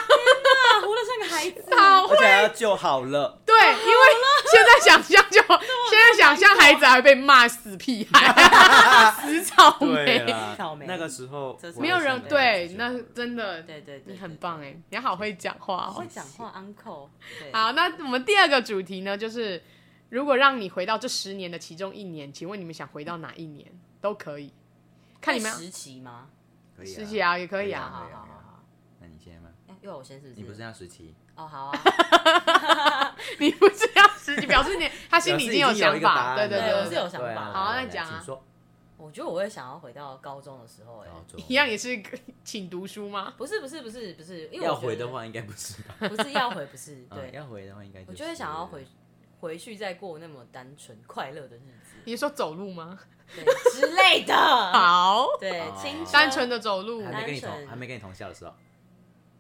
S4: 啊，活得像个孩子。
S2: 好
S3: 而且还要就好 了，
S2: 对，
S4: 哦
S2: 因为 现在想象就现在想象孩子还会被骂死屁 孩、死草莓，
S3: 啦
S4: 草莓
S3: 那个时候
S4: 这是
S3: 活得
S2: 没有
S3: 像
S2: 人
S3: 个孩
S2: 啊对
S3: 子，就好
S2: 那
S3: 了
S2: 真的
S4: 对对对，
S2: 你很棒哎，你好会讲话
S4: 好
S2: 哦
S4: 会。讲话，uncle。对，
S2: 好，那我们第二个主题呢，就是如果让你回到这十年的其中一年，请问你们想回到哪一年都可以，看你们
S4: 实习吗？
S3: 可以
S2: 实
S3: 啊
S2: 习啊，也可以
S3: 可以
S2: 啊
S3: 啊。
S4: 好好好好。
S3: 那你现在吗？
S4: 哎，又要我先是不是？
S3: 你不是要十七？
S4: 哦，好啊。
S2: 你不是要实习，表示 你他心里已经想法，
S3: 表
S2: 对
S3: 示已经有
S2: 对
S3: 一个答案了
S4: 对我是有想法
S3: 对啊
S2: 好那
S3: 来
S2: 讲啊
S3: 请说。
S4: 我觉得我会想要回到高中的时候，哎
S3: 然，后做
S2: 一样也是请读书吗？
S4: 不是不是不是不是，因为
S3: 要
S4: 我觉
S3: 回
S4: 得
S3: 的话应该不是吧？
S4: 不是要回，不是
S3: 嗯
S4: 对，
S3: 要回的话应该
S4: 我
S3: 是
S4: 就会想要回回去再过那么单纯快乐的日子，
S2: 你是说走路吗？
S4: 对之类的。
S2: 好，
S4: 对
S3: 哦，
S4: 青春
S2: 单纯的走路
S3: 还没跟你
S4: 单
S3: 同
S4: 纯
S3: 还没跟你同校的时候，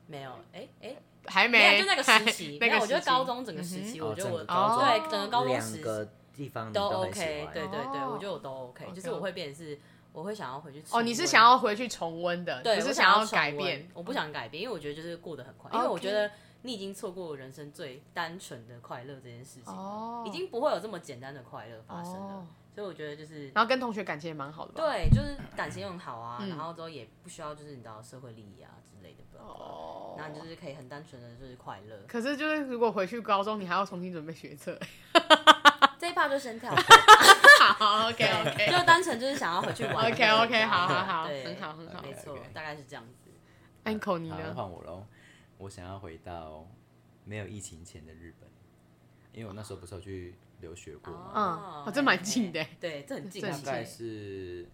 S4: 没有，哎哎，
S2: 还
S4: 没
S2: 没，
S4: 有就那个时 期，
S2: 那
S4: 没
S2: 个
S4: 有我觉得
S2: 时期
S4: 高中整个时期，
S3: 哦
S4: 我觉得
S3: 整
S4: 我
S3: 个高
S2: 中
S4: 对整个高中时
S3: 两
S4: 期
S3: 个地方你
S4: 都
S3: 很喜
S4: OK，
S3: 欢
S4: 对对对，
S2: 哦
S4: 我觉得我都 OK，
S2: OK
S4: 就是我会变成是，我会想要回去重
S2: 哦，
S4: 温。
S2: 你是想要回去重温的，
S4: 对，
S2: 不是
S4: 我想
S2: 要
S4: 重
S2: 改
S4: 温
S2: 变，
S4: 我不想改变，因为我觉得就是过得很快，因为
S2: OK
S4: 我觉得你已经错过人生最单纯的快乐这件事情了，
S2: 哦
S4: 已经不会有这么简单的快乐发生了
S2: 哦。
S4: 所以我觉得就是
S2: 然后跟同学感情也蛮好的吧？
S4: 对，就是感情又很好啊，
S2: 嗯
S4: 然后之后也不需要就是你知道社会利益啊之类的，不知道。
S2: 哦
S4: 然后你就是可以很单纯的就是快乐，
S2: 可是就是如果回去高中，你还要重新准备学测。
S4: 这一趴就先跳，
S2: 好，OK OK
S4: 就单纯就是想要回去 玩。
S2: OK OK，好好好，
S4: 对
S2: 很好很好。
S4: 没错
S3: OK，OK，
S4: 大概是这样子。
S2: Uncle 你
S3: 好，那
S2: 呢？嗯
S3: 换我喽。我想要回到没有疫情前的日本，因为我那时候不是有去留学过
S4: 哦
S3: 吗？
S2: 嗯，哦，这蛮近的。
S4: 对，这很近，啊
S2: 这
S3: 大
S2: 很
S3: 概
S4: 很近。
S3: 是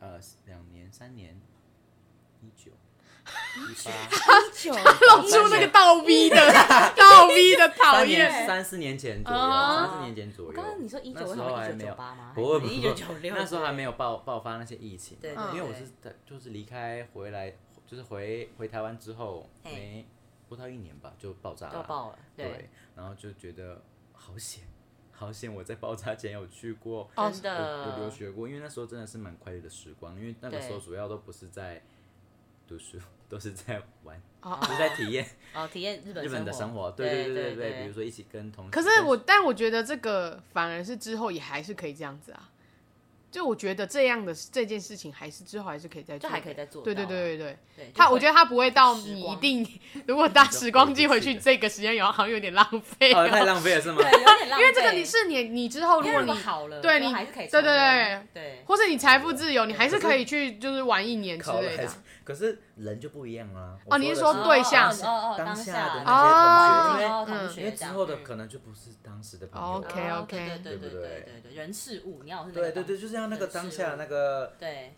S3: 呃两年、三年、一九、一八。
S4: 九，
S2: 露出那个倒逼的，倒逼的讨
S3: 三
S2: 厌。
S3: 年三四年前左右，
S2: 啊
S3: 三四年前左右。
S4: 我刚刚你说19
S3: 那时
S4: 为什
S3: 候
S4: 么
S3: 还没有
S4: 1998吗
S3: 不会不会，
S4: 还是1996
S3: 那时候还没有爆爆发那些疫情。
S4: 对
S2: 对
S3: 因为我
S4: 对
S3: 是在就是离开回来，就是回回台湾之后
S4: 嘿
S3: 没不到一年吧，就爆炸
S4: 要
S3: 了。
S4: 爆了，
S3: 对，然后就觉得好险，好险！我在爆炸前有去过，
S2: 哦
S4: 真
S3: 有
S4: 的
S3: 有留学过，因为那时候真的是蛮快乐的时光，因为那个时候
S4: 对
S3: 主要都不是在读书， 都是在玩，
S2: 哦
S3: 都是在体验
S4: 哦，体验日本
S3: 日本的生
S4: 生
S3: 活，对
S4: 对
S3: 对
S4: 对
S3: 对，比如说一起跟同学，
S2: 可是我，但我觉得这个反而是之后也还是可以这样子啊。就我觉得这样的这件事情还是之后还是可以再
S4: 就
S2: 做，
S4: 还可以再做到
S2: 对
S4: 啊。
S2: 对对对对，
S4: 对，
S2: 他
S4: 就
S2: 我觉得他不会到
S4: 时
S2: 你一
S4: 光
S2: 定，如果搭时光机回
S3: 是
S2: 去，
S3: 的
S2: 这个时间有好像有点浪费、
S3: 哦，太浪费了是 吗？
S4: 对有点浪费，
S2: 因为这个你是你你之后
S4: 因
S2: 如
S4: 为
S2: 果
S4: 如
S2: 你
S4: 果好了，
S2: 对
S4: 就
S2: 你
S4: 还是可以
S2: 对
S4: 重
S2: 对对
S4: 温对
S2: 或是你财富自由，你还是
S3: 可是
S2: 可以去就是玩一年之
S3: 考了
S2: 类
S3: 还
S2: 的
S3: 是， 可是人就不一样啦。
S2: 哦你是说
S3: 我的
S2: 对象
S4: 哦哦哦
S3: 当
S4: 当
S3: 下的
S2: 那些同学
S4: 哦
S2: 因为
S4: 同
S2: 嗯
S4: 学
S3: 因为之后的
S4: 这样
S3: 可能就不是当时的朋
S2: 哦
S3: 友了。
S2: OK，
S4: 嗯
S2: OK，OK
S4: 哦对对
S3: 对不对
S4: 对对对，人事物你要是那
S3: 对
S4: 个
S3: 对对，就是像那个
S4: 人事
S3: 当下
S4: 物
S3: 那个
S4: 对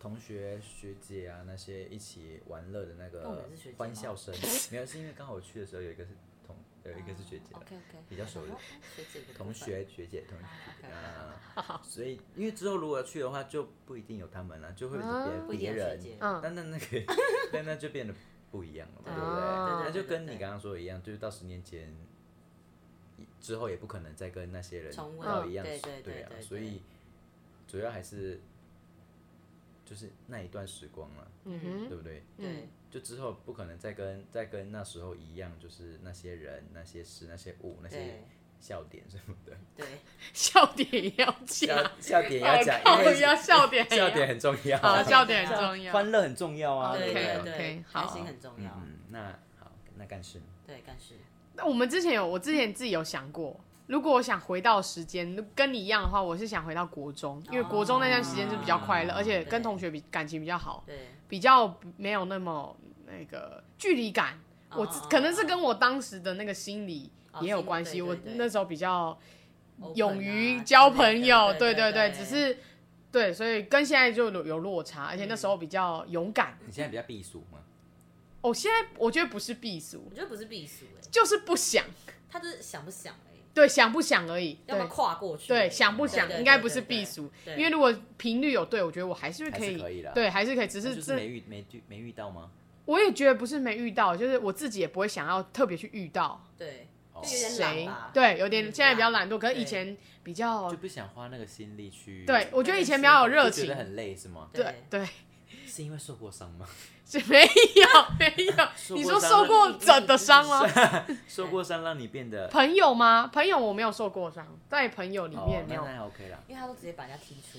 S3: 同学学姐啊，那些一起玩乐的那
S4: 那我
S3: 个
S4: 哦们是学姐吗
S3: 欢笑声，没有，是因为刚好我去的时候有一个是同，有一个是学姐啦，
S4: ，OK OK，
S3: 比较熟一点
S4: 哦学姐的部
S3: 同
S4: 分
S3: 学学姐同学
S4: 啊
S3: 啊，所以因为之后如果去的话就不一定有他们了，就会
S2: 啊
S3: 是
S4: 不一
S3: 别别
S4: 定有学
S3: 人，
S4: 姐，
S2: 嗯，
S3: 但那那个 但那就变得不一样了嘛，对不对？
S2: 啊
S3: 那就跟
S4: 对
S3: 你刚刚说的一样，就是到十年前之后也不可能再跟那些人
S4: 重温
S3: 到一样，
S4: 对对对
S3: 啊
S4: 对，对
S3: 所以主要还是就是那一段时光了，
S2: 嗯哼，
S3: 对不对？
S4: 对
S3: 就之后不可能再跟再跟那时候一样，就是那些人、那些事、那些物、那些
S4: 对
S3: 笑点什么的，
S4: 对
S2: 笑点也要加，
S3: 笑笑点要
S2: 我
S3: 讲，
S2: 靠
S3: 因为
S2: 要笑点也
S3: 笑
S2: 要，
S3: 点很重要，
S2: 好笑点
S4: 对
S2: 很
S4: 啊
S2: 重要，
S3: 欢乐很重要啊，
S4: 对
S3: 不
S2: OK，OK，
S4: 对
S2: OK，
S4: 对，
S2: 好
S4: 开心很重要，
S3: 嗯，那好，那干事
S4: 对，但是
S2: 那我们之前有，我之前自己有想过，如果我想回到时间，跟你一样的话，我是想回到国中，因为国中那段时间是比较快乐，
S3: 哦
S2: 而且跟
S4: 对
S2: 同学比感情比较好，
S4: 对，
S2: 比较没有那么那个距离感。我
S4: 哦哦
S2: 可能是
S4: 哦
S2: 跟我当时的那个心理
S4: 哦
S2: 也有
S4: 心理
S2: 关系，
S4: 对
S2: 我
S4: 对对
S2: 那时候比较
S4: open
S2: 勇
S4: 啊
S2: 于
S4: 之
S2: 交
S4: 类
S2: 朋
S4: 的
S2: 友，
S4: 对
S2: 对
S4: 对，
S2: 只是对，所以跟现在就有有落差，而且那时候
S4: 嗯
S2: 比较勇敢。
S3: 你现在比较避暑吗？
S2: 哦，现在我觉得不是避俗
S4: 我，觉得不是避暑哎，
S2: 就是不想，
S4: 他就是想不想而已，
S2: 对，想不想而已，
S4: 要不
S2: 对
S4: 要。跨过去而已，
S2: 对，想不想
S4: 对对
S2: 应该
S4: 对
S2: 不是
S4: 对
S2: 避
S4: 对
S2: 暑，
S4: 对
S2: 因为如果频率有对，我觉得我还是会
S3: 还
S2: 可
S3: 是
S2: 以，
S3: 可以啦
S2: 对，还是可以。只
S3: 那
S2: 是
S3: 就是
S2: 这
S3: 没遇没遇没遇到吗？
S2: 我也觉得不是没遇到，就是我自己也不会想要特别去遇到
S4: 对，
S3: 哦
S4: 就有点懒
S2: 谁
S4: 吧，，
S2: 对，有点
S4: 嗯
S2: 现在比较
S4: 懒
S2: 懒惰，可是以
S4: 对
S2: 前比较
S3: 就，不想花那个心力去，
S2: 对我觉得以前比较有热
S3: 就觉
S2: 情
S3: 得，很累是吗？
S2: 对对，
S3: 是因为受过伤吗？
S2: 是没有没有，
S3: 受
S2: 你
S3: 过
S2: 说
S3: 伤
S2: 受
S3: 了
S2: 过
S4: 你
S2: 怎
S4: 你
S2: 的
S4: 你
S2: 伤吗？
S3: 受过伤让你变得
S2: 朋友吗？朋友我没有受过伤，在朋友里面没有，
S3: 哦、
S2: 哎
S3: 那，还 OK 啦，
S4: 因为他都直接把人家踢出，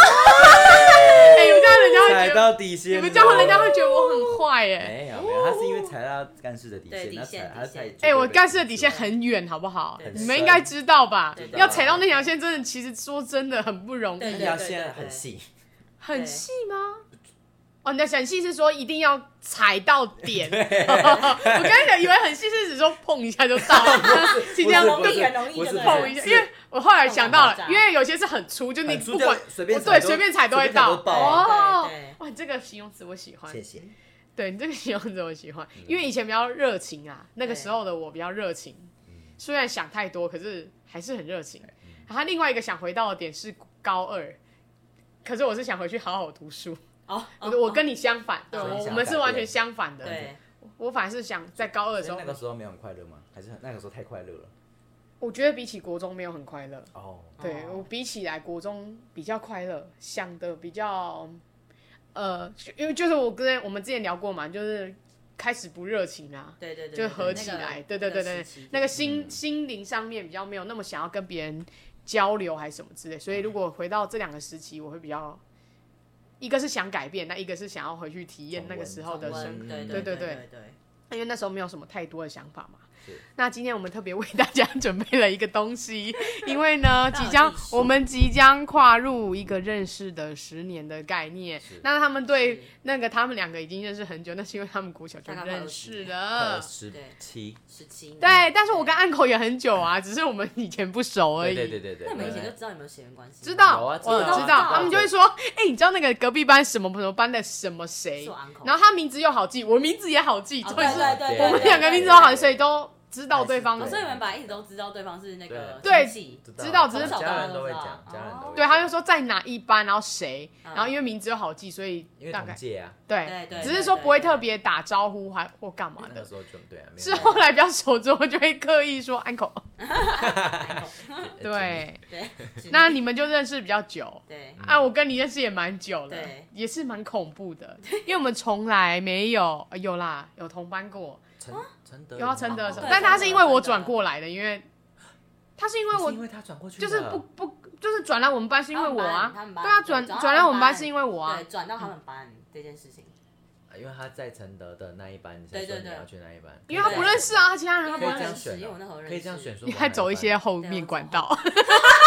S2: 哎我这样人家会
S3: 踩
S2: 觉得，
S3: 到底线
S2: 你
S3: 了，
S2: 们这样人家会觉得我很坏哎。
S3: 没有没有，他是因为踩到干事的底
S4: 对
S3: 线，
S4: 底
S3: 他
S4: 线
S3: 踩他
S4: 底线
S3: 踩，
S2: 哎、我干事的底线很远，好不好
S4: 对？
S2: 你们应该知道吧
S4: 对？对
S2: 要踩到那条线，真的，其实说真的很不容
S4: 对
S3: 那
S2: 易，
S4: 对
S3: 条线很细，
S2: 很细吗？哦，你的很细是说一定要踩到点。 我刚才以为很细是指说碰一下就到了， 尽量
S3: 不
S4: 容
S3: 是
S4: 易很容易
S3: 不是
S4: 对不对
S2: 碰一下，
S3: 是
S2: 因为我后来想到
S4: 碰
S2: 了，
S4: 到爆炸
S2: 因为有些是很粗，就你
S3: 很粗
S2: 不管
S3: 就随便
S2: 我
S3: 踩
S2: 对
S3: 都
S2: 随便踩都会
S3: 随便踩
S2: 到
S3: 都爆啊
S2: 哦
S4: 对对。
S2: 哇，你这个形容词我喜欢
S3: 谢，谢。
S2: 对你这个形容词我喜欢，
S3: 嗯
S2: 因为以前比较热情啊，那个时候的我比较热情，
S3: 嗯
S2: 虽然想太多，可是还是很热情。
S3: 哎
S2: 然后另外一个想回到的点是高二，可是我是想回去好好读书。
S4: 哦，
S2: 我我跟你相反，对
S3: 所以
S2: 我
S3: 想
S2: 我们是
S3: 改
S2: 完全
S3: 变
S2: 相反的。
S4: 对，
S2: 我反而是想在高二的时
S3: 所以
S2: 候
S3: 那，个时候没有很快乐吗？还是那个时候太快乐了？
S2: 我觉得比起国中没有很快乐。
S3: 哦，
S2: 对
S4: 哦
S2: 我比起来，国中比较快乐，想的比较，呃，因为就是我跟我们之前聊过嘛，就是开始不热情啊啦、
S4: 对对
S2: 就
S4: 对，对
S2: 合起来，对对对对，那个心、心灵上面比较没有那么想要跟别人交流还是什么之类，所以如果回到这两个时期，我会比较，一个是想改变，那一个是想要回去体验那个时候的
S3: 重
S2: 生
S3: 温
S2: 活，
S4: 对
S2: 对
S4: 对
S2: 对
S4: 对对，
S2: 因为那时候没有什么太多的想法嘛
S3: 是。
S2: 那今天我们特别为大家 准备了一个东西，因为呢，
S4: 大
S2: 即
S4: 有
S2: 将
S4: 意思
S2: 我们即将跨入一个认识的十年的概念
S3: 是。
S2: 那他们对
S4: 是
S2: 那个他们两个已经认识很久，那是因为他们国小就
S4: 大概快
S2: 认
S4: 20
S2: 识
S4: 年
S2: 了
S3: 呃，。十七，
S4: 十七，
S2: 对，但是我跟安口也很久啊，只是我们以前不熟而
S3: 对
S2: 已。
S3: 对对对对，
S4: 那你们以前就知道有没有血缘关系？
S2: 知道，
S3: 有
S2: 我
S3: 啊
S2: 知
S3: 知道
S4: 啊
S2: 道
S4: 知道
S2: 他们就会说，哎、你知道那个隔壁班什么什么班的什么谁
S4: 是我 uncle，？
S2: 然后他名字又好记，我名字也好记，
S4: 哦
S2: 就
S4: 对
S2: 会
S4: 对
S2: 是
S4: 对对对，
S2: 我们两个名字都好记，所以都知道对方
S3: 还
S4: 哦，
S3: 是
S4: 所以你们本来一直都知道对方是那个
S2: 对
S4: 亲戚
S2: 知道只是
S3: 家人都会
S4: 从小
S3: 讲，
S4: 到大
S3: 家人都会讲
S2: 对，他就说在哪一班，然后谁，
S4: 嗯
S2: 然后因为名字又好记，所以
S3: 因为
S2: 大
S3: 同
S2: 概
S3: 届啊，
S2: 对
S4: 对对
S2: 只是说不会特别打招呼还或干嘛
S3: 那
S2: 的
S3: 个。时候就对啊，没有
S2: 是哦后来比较熟之后，就会刻意说 uncle。对，
S3: 哎呃
S4: 对，
S2: 那你们就认识比较久。
S4: 对
S2: 啊，我跟你认识也蛮久了
S4: 嗯对，
S2: 也是蛮恐怖的，因为我们从来没有、呃有啦，有同班过，
S3: 陈陈德哦
S2: 有要承德的时候，
S4: 对
S2: 但他是因为我
S4: 承德
S2: 转过来的，因为他是因为
S3: 是
S2: 我
S3: 因为他转过去
S2: 就是不不就是转来我们班是因为我啊
S4: 他们，班
S2: 对啊，
S4: 他们班
S2: 转
S4: 对
S2: 转来我们
S4: 他们
S2: 班
S4: 班
S2: 是因为我啊
S4: 对，，转到他们班这件事情，
S3: 因为他在承德的那一班，你才
S4: 对
S3: 说
S4: 对
S3: 你
S4: 对
S3: 要去那一班，
S2: 因为他不认识啊，其他人他
S3: 可
S2: 不
S3: 以
S2: 认识
S3: 这样
S4: 认识
S3: 选
S4: 因为我那时
S3: 哦，
S4: 候认
S3: 可以这样
S4: 识
S3: 选，说
S2: 你
S3: 我
S2: 还
S3: 哪
S2: 走一
S3: 班
S2: 些后面管道，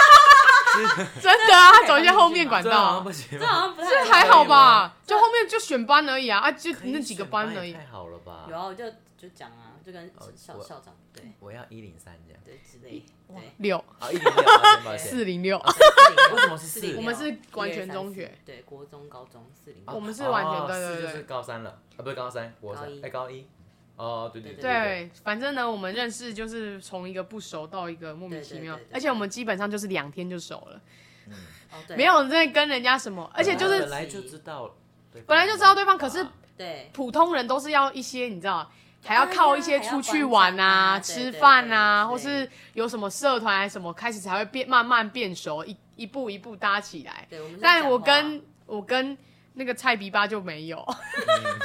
S2: 真的啊，他走一些后面管
S3: 这样好
S2: 道
S3: 像
S2: 啊
S3: 啊不，行
S4: 这好
S3: 吗，
S4: 像不太
S2: 这还好
S3: 可以
S2: 吧？就后面就选班而已啊，啊，就
S3: 可以
S2: 那几个
S3: 选
S2: 班
S3: 也
S2: 而已
S3: 太。好了吧？
S4: 有啊，我就就讲啊，就跟
S3: 哦
S4: 校
S3: 我
S4: 校长对
S3: 我要一零三这样，
S4: 对之类，对，
S2: 六
S3: 好一零六，抱歉抱歉
S2: 四零六，
S3: 为什么是四
S4: 406
S2: 我们是完全中学，
S4: 对，国中、高中四零
S3: 哦
S2: 我们是完全
S3: 哦
S2: 对对
S3: 四就
S2: 对
S3: 是高三了，啊，不是高三，国三
S4: 高，一
S3: 哎，高一，哦，对对
S4: 对
S3: 对
S2: 对，反正呢，我们认识就是从一个不熟到一个莫名其妙
S4: 对对对，对
S2: 而且我们基本上就是两天就熟了，
S4: 哦，对，
S2: 没有在跟人家什么，而且就
S3: 本
S2: 是
S3: 来就知道对啊方，
S2: 本来就知道对方可是
S4: 对，
S2: 普通人都是要一些你知道。还要靠一些出去玩啊、
S4: 还要观察啊
S2: 吃
S4: 对
S2: 饭啊，或
S4: 对对对
S2: 是有什么社团还是什么，开始才会变慢慢变熟，一一步一步搭起来。
S4: 对，我们是
S2: 但
S4: 讲
S2: 我
S4: 话
S2: 跟我跟那个菜比巴就没 有，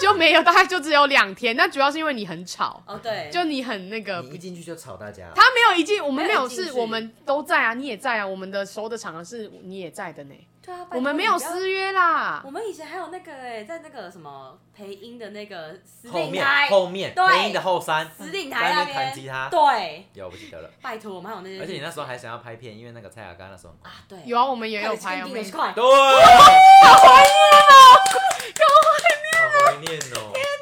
S2: 就没有，大概就只有两天。那主要是因为你很吵，
S4: 哦对，
S2: 就你很那个
S3: 你一进去就吵大家，
S2: 呃他没有一进，我们没有
S4: 没有进
S2: 是，
S4: 去
S2: 我们都在啊，你也在啊，我们的熟的场合是你也在的呢，
S4: 对啊，拜托
S2: 我们没有
S4: 你不要
S2: 私约啦
S4: 我。们以前还有那个哎、在那个什么配音的那个司
S3: 后
S4: 令
S3: 面
S4: 台，
S3: 后面
S4: 对
S3: 配音的后山，
S4: 司令
S3: 在
S4: 台
S3: 那
S4: 那
S3: 边弹吉他
S4: 对，
S3: 有我不记得了，
S4: 拜托，我们还有那些，
S3: 而且你那时候还想要拍片，因为那个蔡雅刚那时候很
S4: 啊，对，
S2: 有啊，我们也
S4: 快
S2: 有
S4: 点
S2: 拍，
S4: 确
S2: 我
S4: 定
S2: 们
S4: 了快，
S3: 对，好怀念哦，好怀念哦，
S2: 赞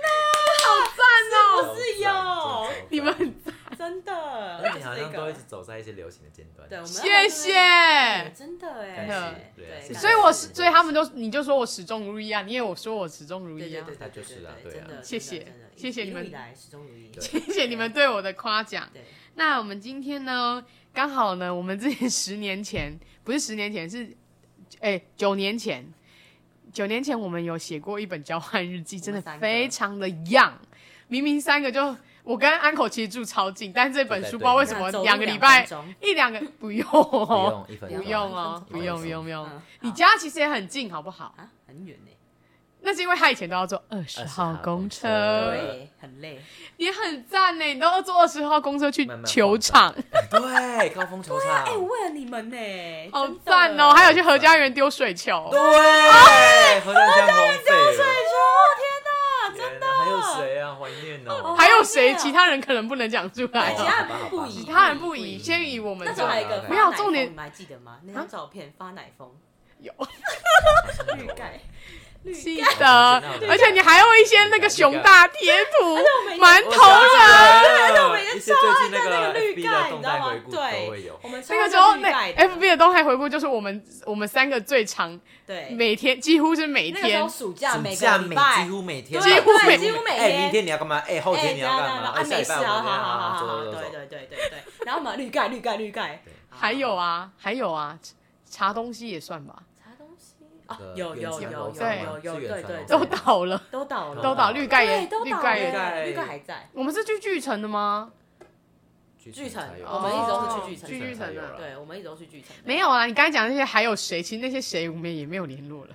S2: 哦！
S3: 不
S4: 是有
S2: 你们
S4: 真的，
S3: 而且好像都一
S4: 就
S3: 直
S4: 是
S3: 走在一些流行的尖端，
S4: 这个对，我
S2: 谢
S4: 们
S2: 谢。
S4: 哎，真的哎、
S3: 感
S2: 谢
S4: 对，
S3: 对
S2: 所以我
S3: 是
S2: 始，所以他们都，你就说我始终如一啊，你也有说我始终如
S4: 对
S2: 一
S4: 对
S2: 啊
S4: 对，对，
S3: 他就是啊
S4: 对
S3: 对啊
S4: 真的，
S2: 谢谢
S4: 真的真的
S2: 谢谢你们
S4: 一路以来始终如一，
S3: 对
S2: 谢谢你们对我的夸奖。
S4: 对，
S2: 那我们今天呢，刚好呢，我们之前十年前，不是十年前，是哎九、年前，九年前我们有写过一本交换日记，
S4: 我们
S2: 真的
S4: 三个
S2: 非常的 young。明明三个就我跟安口其实住超近，但这本
S3: 就在
S2: 书
S3: 对
S2: 不知道为
S3: 面
S2: 什
S4: 那
S2: 么
S4: 走路
S2: 两个
S4: 两
S2: 礼拜
S4: 分钟
S2: 一两个不用
S3: 不
S2: 哦，
S3: 用一分
S2: 不
S3: 钟，
S2: 用哦，
S4: 一
S2: 不
S4: 分钟
S2: 用不用不
S4: 嗯
S2: 用
S4: 好。
S2: 你家其实也很近，好不好？
S4: 啊，很远呢、
S2: 那是因为他以前都要坐二十号
S3: 号
S2: 公
S3: 公
S2: 车
S3: 车，
S4: 对，很累，
S2: 也很赞呢。你都要坐二十号公车去
S3: 慢慢晃
S2: 球场，
S3: 对，高峰球场，
S4: 哎、我为了你们呢、
S2: 好
S4: 真的啊
S2: 赞哦！还有去何家园丢水
S4: 哦
S2: 球，
S3: 对，何大江荒废
S4: 哎
S3: 了，
S4: 呦天哪，真
S3: 真的还有谁啊？怀念哦，
S2: 还有谁？
S4: 好厉害哦
S2: 其他人可能不能讲出来
S4: 哎
S3: 好啊
S2: 哦，
S4: 其他人不宜，
S2: 其他人不宜，先以我们
S4: 那时
S2: 这
S4: 候还
S2: 样
S4: 有一个
S3: 没
S4: 发
S2: 有
S4: 奶
S2: 重点
S4: 风你们还记得吗？那张照片发奶风，
S2: 有
S4: 绿 盖，
S2: 记
S3: 好
S2: 得
S3: 好好好，
S2: 而且你还有一些那个熊大贴图
S4: 每、天
S2: 馒
S3: 我
S2: 头人。
S3: 想
S4: 我
S3: 起来
S4: 每
S3: 了
S4: 天
S3: 一些
S4: 超
S3: 最近
S4: 爱
S3: 那个 FB
S4: 看那个绿盖，
S3: 的
S4: 你
S3: 动
S4: 知道
S3: 态
S4: 吗
S3: 回？顾都会
S4: 对
S3: 有，
S4: 我们超
S2: 那个
S4: 爱
S2: 时候，
S4: 看绿
S2: 那
S4: 盖的
S2: FB 的动态回顾就是我们我们三个最长，
S4: 对，
S2: 每天几乎是每
S4: 那个时
S2: 天
S4: 候暑假每
S3: 暑
S4: 个
S3: 假
S4: 礼
S3: 每
S4: 拜
S3: 几乎每天，
S4: 对啊
S2: 几乎
S4: 对
S2: 每
S4: 几乎每
S3: 哎，明
S4: 天。
S3: 天你要干嘛？哎，后
S4: 哎，
S3: 天你要干嘛？
S4: 啊，
S3: 哎，下
S4: 没
S3: 礼
S4: 事
S3: 拜
S4: 啊，
S3: 我们
S4: 好好
S3: 要啊
S4: 好
S3: 走
S4: 好，
S3: 走走
S4: 对
S3: 走。
S4: 对对对对对。然后嘛，绿盖绿盖绿盖，
S2: 还有啊，还有啊，查东西也算吧，
S4: 查东西啊，
S3: 呃
S4: 有有有
S3: 远
S4: 有
S3: 传
S2: 对
S4: 有有，
S3: 是远哦
S4: 对对
S3: 传
S4: 对，
S2: 都
S4: 对
S2: 倒了，
S4: 都倒了，
S2: 都倒，绿盖也
S4: 对，都
S2: 绿
S4: 倒
S2: 盖也
S4: 了，
S3: 也
S4: 绿盖还在。
S2: 我们是去巨城的吗？
S4: 巨城
S3: 才有
S4: 我们一直
S3: 哦
S4: 都是去巨城
S2: 巨巨
S3: 才
S2: 城
S3: 有
S2: 啊
S3: 啦。
S4: 对，我们一直都去剧城的。
S2: 没有啊，你刚才讲那些还有谁？其实那些谁我们也没有联络了。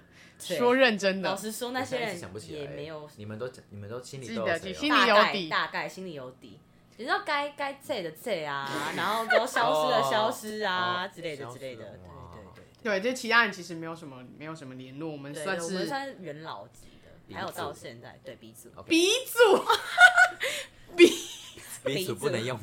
S4: 对
S2: 说认真
S4: 老
S2: 的，
S4: 实说，
S3: 我
S4: 那些
S3: 现在一时想不
S4: 人
S3: 起来哎
S4: 也没有
S3: 你们都你们都心里
S2: 记
S3: 都
S2: 得
S3: 有
S2: 记
S3: 谁哦
S2: 心
S3: 有？
S2: 里
S4: 大
S2: 有
S4: 概
S2: 底
S4: 大概心里有底。你知道该该在的在啊，然后都消失的消失啊
S3: 哦
S4: 之类的
S3: 消
S4: 之
S3: 失
S4: 类的，
S3: 了
S4: 对
S3: 哇
S4: 对对
S2: 对，就其他人其实没有什么没有什么联络，我们
S4: 对，
S2: 算
S4: 我们
S2: 是
S4: 算是元老级的，
S3: 鼻
S4: 还有
S3: 祖
S4: 到现在对鼻祖，
S3: OK
S2: 鼻祖。
S3: 鼻祖不能 用，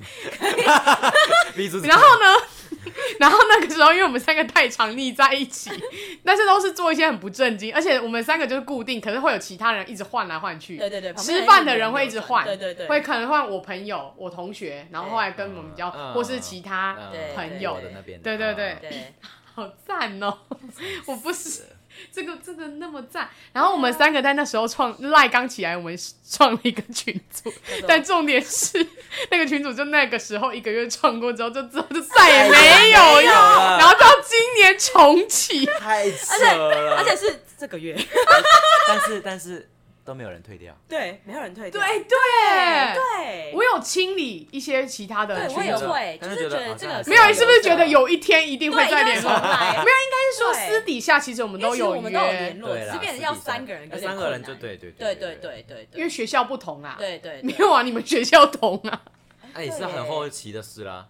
S3: 鼻祖。
S2: 然后呢， 然后那个时候因为我们三个太常腻在一起， 但是都是做一些很不正经，而且我们三个就是固定，可是会有其他人一直换来换去。
S4: 对对对，旁边
S2: 吃饭
S4: 还有
S2: 的人会一直换
S4: 对对对，
S2: 会可能换我朋友、我同学，然后后来跟我们比较，
S3: 嗯
S2: 或是其他，
S3: 嗯
S4: 对
S2: 朋友
S3: 我的那边的，啊
S2: 对对对
S4: 对，
S2: 好赞哦、 我不是这个这个那么赞。然后我们三个在那时候创赖刚起来，我们创了一个群组，但重点是那个群组就那个时候一个月创过之后，就之后就再
S4: 哎
S2: 也 没有
S3: 没
S2: 了。
S3: 有了
S2: 然后到今年重启，
S3: 太扯了。
S4: 而且是这个月，
S3: 但是但是都没有人退掉，
S4: 对，没有人退掉，
S2: 对
S4: 对
S2: 对，
S4: 对，
S2: 我有清理一些其他的
S4: 对
S2: 群
S4: 我也
S2: 组。
S4: 会
S3: 但
S4: 就是
S3: 觉
S4: 觉得
S3: 得
S4: 这个
S3: 好像
S2: 没有，你是不是
S3: 这
S2: 觉
S3: 样
S2: 得有一天一定会
S4: 对
S2: 再
S4: 因为
S2: 联
S4: 重
S2: 络？
S4: 来
S2: 没有，应该是说
S4: 对
S2: 私底下其实我们
S4: 因为
S2: 都
S4: 其实
S2: 有
S4: 我们都有
S2: 约
S4: 联，络，
S3: 对
S4: 只
S3: 啦，
S4: 是变成要三个人有
S3: 那
S4: 点
S3: 哎三个
S4: 困
S3: 人
S4: 难
S3: 就对对对
S4: 对对对对对，
S2: 因为学校不同啊。
S4: 对对
S2: 没
S4: 对
S2: 有啊，你们学校同 啊，
S3: 哎那也是很后期的事啦。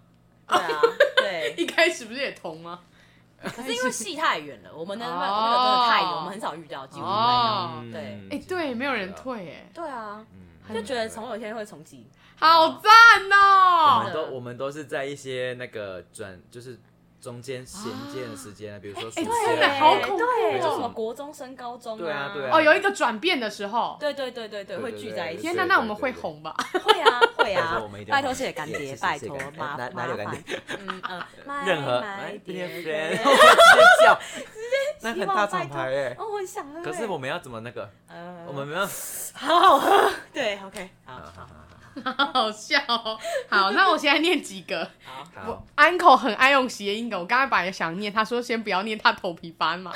S4: 对啊，对
S2: 一开始不是也同吗？
S4: 可是因为戏太远了，我们那个
S2: 哦
S4: 那个真的太远，我们很少遇到，几乎没有。
S2: 哦
S3: 嗯
S4: 对
S2: 哎、对，没有人，退哎、
S4: 对啊，
S3: 嗯
S4: 就觉得总有一天会重启。
S2: 好赞
S3: 我
S2: 哦、
S3: 们都我们都是在一些那个转，就是中间衔接的时间，啊比如说
S2: 啊
S3: 暑
S2: 哎
S3: 假
S2: 真的
S4: 对
S2: 好恐怖
S4: 对，就什么
S3: 哦
S4: 国中升高中
S3: 对啊
S4: 啊，
S3: 对啊
S2: 哦，有一个转变的时候，
S4: 对对对对对，
S3: 对
S4: 会
S3: 对
S4: 聚
S3: 对
S4: 在一
S3: 对
S4: 起
S2: 天。哪，
S3: 对
S2: 那我们
S3: 对
S2: 会
S3: 对
S2: 红吧？
S4: 会啊 会
S3: 所
S4: 啊
S3: 以我们一，定要
S4: 拜托谢谢干
S3: 谢谢
S4: 爹，
S3: 谢
S4: 拜
S3: 谢
S4: 托
S3: 干爹
S4: 麻
S3: 哪
S4: 麻
S3: 哪里有干
S4: 烦
S3: 爹。
S4: 嗯呃，
S3: 任何
S4: My
S3: My dear
S4: dear
S3: friend，
S4: friend
S3: 我直接 叫，那
S4: 希
S3: 很
S4: 望
S3: 大
S4: 拜
S3: 厂
S4: 托
S3: 牌哎。
S4: 哦，我很想喝欸。
S3: 可是我们要怎么那个？
S4: 呃，
S3: 我们没有。啊
S4: 好好喝。对，OK，好
S3: 好好
S4: 好
S3: 好
S2: 好笑、哦。好，那我现在念几个。
S4: 好。
S3: 好
S2: 我
S3: 好，
S2: uncle 很爱用谐音梗，我刚才本来想念，他说先不要念，他头皮发麻，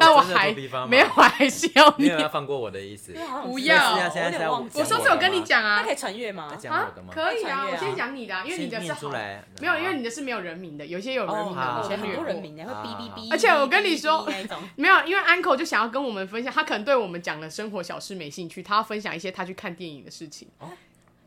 S2: 但
S3: 哦我真的
S2: 还
S3: 头皮发麻
S2: 没有，我还是要
S3: 没有
S2: 念
S3: 要。放过我的意思。
S4: 因为啊好像
S2: 不
S4: 是
S2: 要
S4: 我
S3: 现
S4: 有
S3: 在
S4: 点
S3: 现在
S4: 忘记
S2: 我
S3: 我
S2: 上
S3: 上
S2: 次
S3: 次
S2: 有跟
S3: 有跟
S2: 你
S3: 你
S2: 讲
S3: 讲
S4: 那
S2: 啊
S4: 可，以穿越吗
S3: 要？讲我的吗？
S2: 可以
S4: 传
S2: 啊，
S4: 阅啊
S2: 我先讲你的啊、因为你的
S3: 先
S2: 是
S3: 念
S2: 好
S3: 出，来。
S2: 没有，因为你的是没有人名的，有些有人名
S3: 哦
S2: 的
S3: 好
S2: 我先
S4: 很
S2: 略
S4: 多
S2: 过
S4: 人。名的会
S3: 啊
S4: 哔哔哔，
S2: 而且我跟你说
S4: 哔哔哔那一种，
S2: 没有，因为 uncle 就想要跟我们分享，他可能对我们讲的生活小事没兴趣，他要分享一些他去看电影的事情。
S3: 哦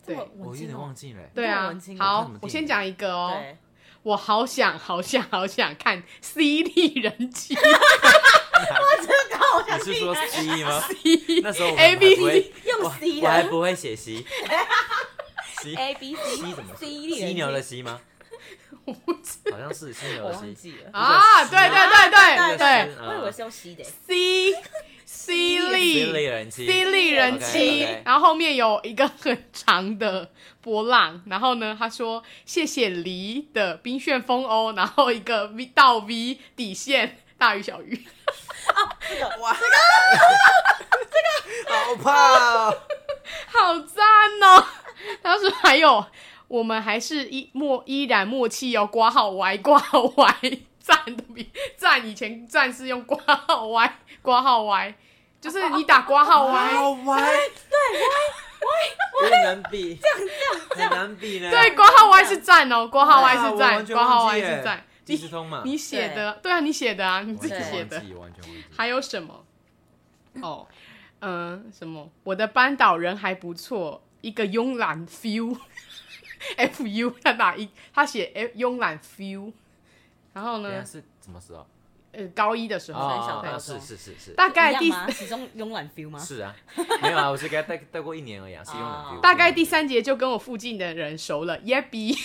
S2: 对
S4: 这么文
S3: 我有
S4: 青
S3: 点
S4: 哦
S3: 忘记了。
S2: 对
S4: 那么
S2: 啊
S4: 文青，
S3: 我看
S2: 好
S3: 什么，
S2: 我
S3: 电
S2: 先
S3: 影
S2: 讲一个哦，
S4: 对，
S2: 我好想 好想好想看《C D 人妻》
S4: 好
S3: 你是说 C 吗？那时候我们
S2: A
S3: 还
S2: B C
S3: 不会，
S4: 用
S3: 我
S4: C
S3: 我还
S4: 的
S3: 不会写 C。C
S4: A B C
S3: C 怎么
S4: C
S3: 犀
S4: 犀
S3: 牛的犀 吗？
S2: 我不知
S3: 好像是犀牛
S4: 我
S3: 的
S4: 忘
S3: 犀。
S4: 记了，
S2: 啊，对对对对
S3: 对
S2: 对
S3: 对
S4: 我以为是用 C 的，
S2: ，C C
S3: 犀
S2: D
S3: 利人妻。
S2: 犀利人妻
S3: OK，OK
S2: 然后后面有一个很长的波浪，然后呢，他说谢谢黎的冰旋风欧，然后一个 V 到 V 底线大于小于，
S3: 哇，这个这个好怕哦！
S2: 好赞哦！ 他说还有，我们还是依默依然默契哦，挂号 Y 挂号 Y 赞的比 赞以前赞是用挂号 Y 挂号 Y，就是你打挂号 Y。
S3: 好歪，对歪歪歪，很难比，这样这样很难比呢。
S2: 对，，挂号 Y 是赞哦，挂号 Y
S3: 啊
S2: 是
S3: 我
S2: 赞，
S3: 完全
S2: 挂号
S3: 忘
S2: Y
S3: 记耶
S2: 是赞。
S3: 即时
S2: 你
S3: 通嘛，
S2: 你写的，对啊，你写的啊，你自己
S4: 完全
S2: 写
S3: 写
S2: 的。
S3: 完全忘记，
S2: 还有什么？哦，嗯、什么？我的班导人还不错，一个慵懒 feel。F U，他打一，他写 F 慵懒 feel，然后
S3: 等一下
S2: 呢，
S3: 是什么时候？
S2: 呃，高一的时候，
S4: 很小
S3: 哦
S4: 高
S3: 是
S4: 中
S3: 是是是，
S2: 大概
S4: 一
S2: 第
S4: 样吗其中慵懒 feel 吗？
S3: 是啊， 没有啊，我是给他带带过一年而已啊，是用两
S4: 哦
S3: 句。
S2: 大概第三节就跟我附近的人熟了，耶比。
S4: 耶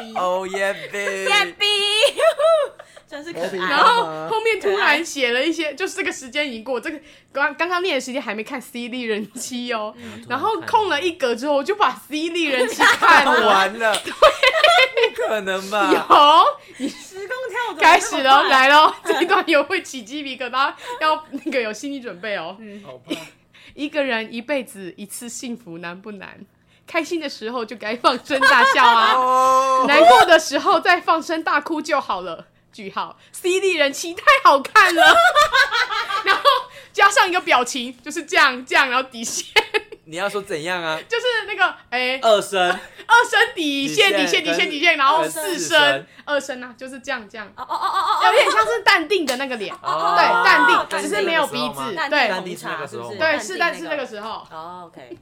S4: 比
S3: ，Oh yeah baby，
S4: 耶比，真是可
S3: 耶比
S2: 然
S4: 爱。
S2: 后后面突然写了一些，就是这个时间已经过，这个刚刚刚念的时间还没看《C 利人妻》哦，然后空了一格之后，我就把《C 利人妻》看
S3: 看
S2: 了。
S3: 完 了，不可能吧？
S2: 有
S4: 时空跳
S2: 开始喽，，来喽， 这一段有会起鸡皮疙瘩，要那个有心理准备哦。
S3: 好吧，
S2: 一个人一辈子一次幸福难不难？开心的时候就该放声大笑 啊，
S3: 哦，
S2: 难过的时候再放声大哭就好了。句号，C D 人妻太好看了， 然后加上一个表情，就是这样这样，然后底线
S3: 你要说怎样啊？
S2: 就是那个哎、
S3: 二声，
S2: 二声底线底
S3: 底
S2: 线
S3: 线
S2: 底线
S3: 跟
S2: 底线，然后
S3: 跟
S2: 四
S3: 四
S2: 声
S3: 声
S2: 二声啊，就是这样这样，
S4: 哦哦哦哦
S2: 有点像是淡定的那个脸，
S3: 哦
S2: 对，淡
S4: 哦
S2: 定，
S4: 淡
S2: 只
S4: 定
S2: 是没有鼻
S3: 的时候
S2: 子，
S3: 吗
S4: 淡
S2: 对
S4: 定红茶是不是？
S2: 对是，但是那个
S4: 是。
S2: 时候，
S4: 哦，OK，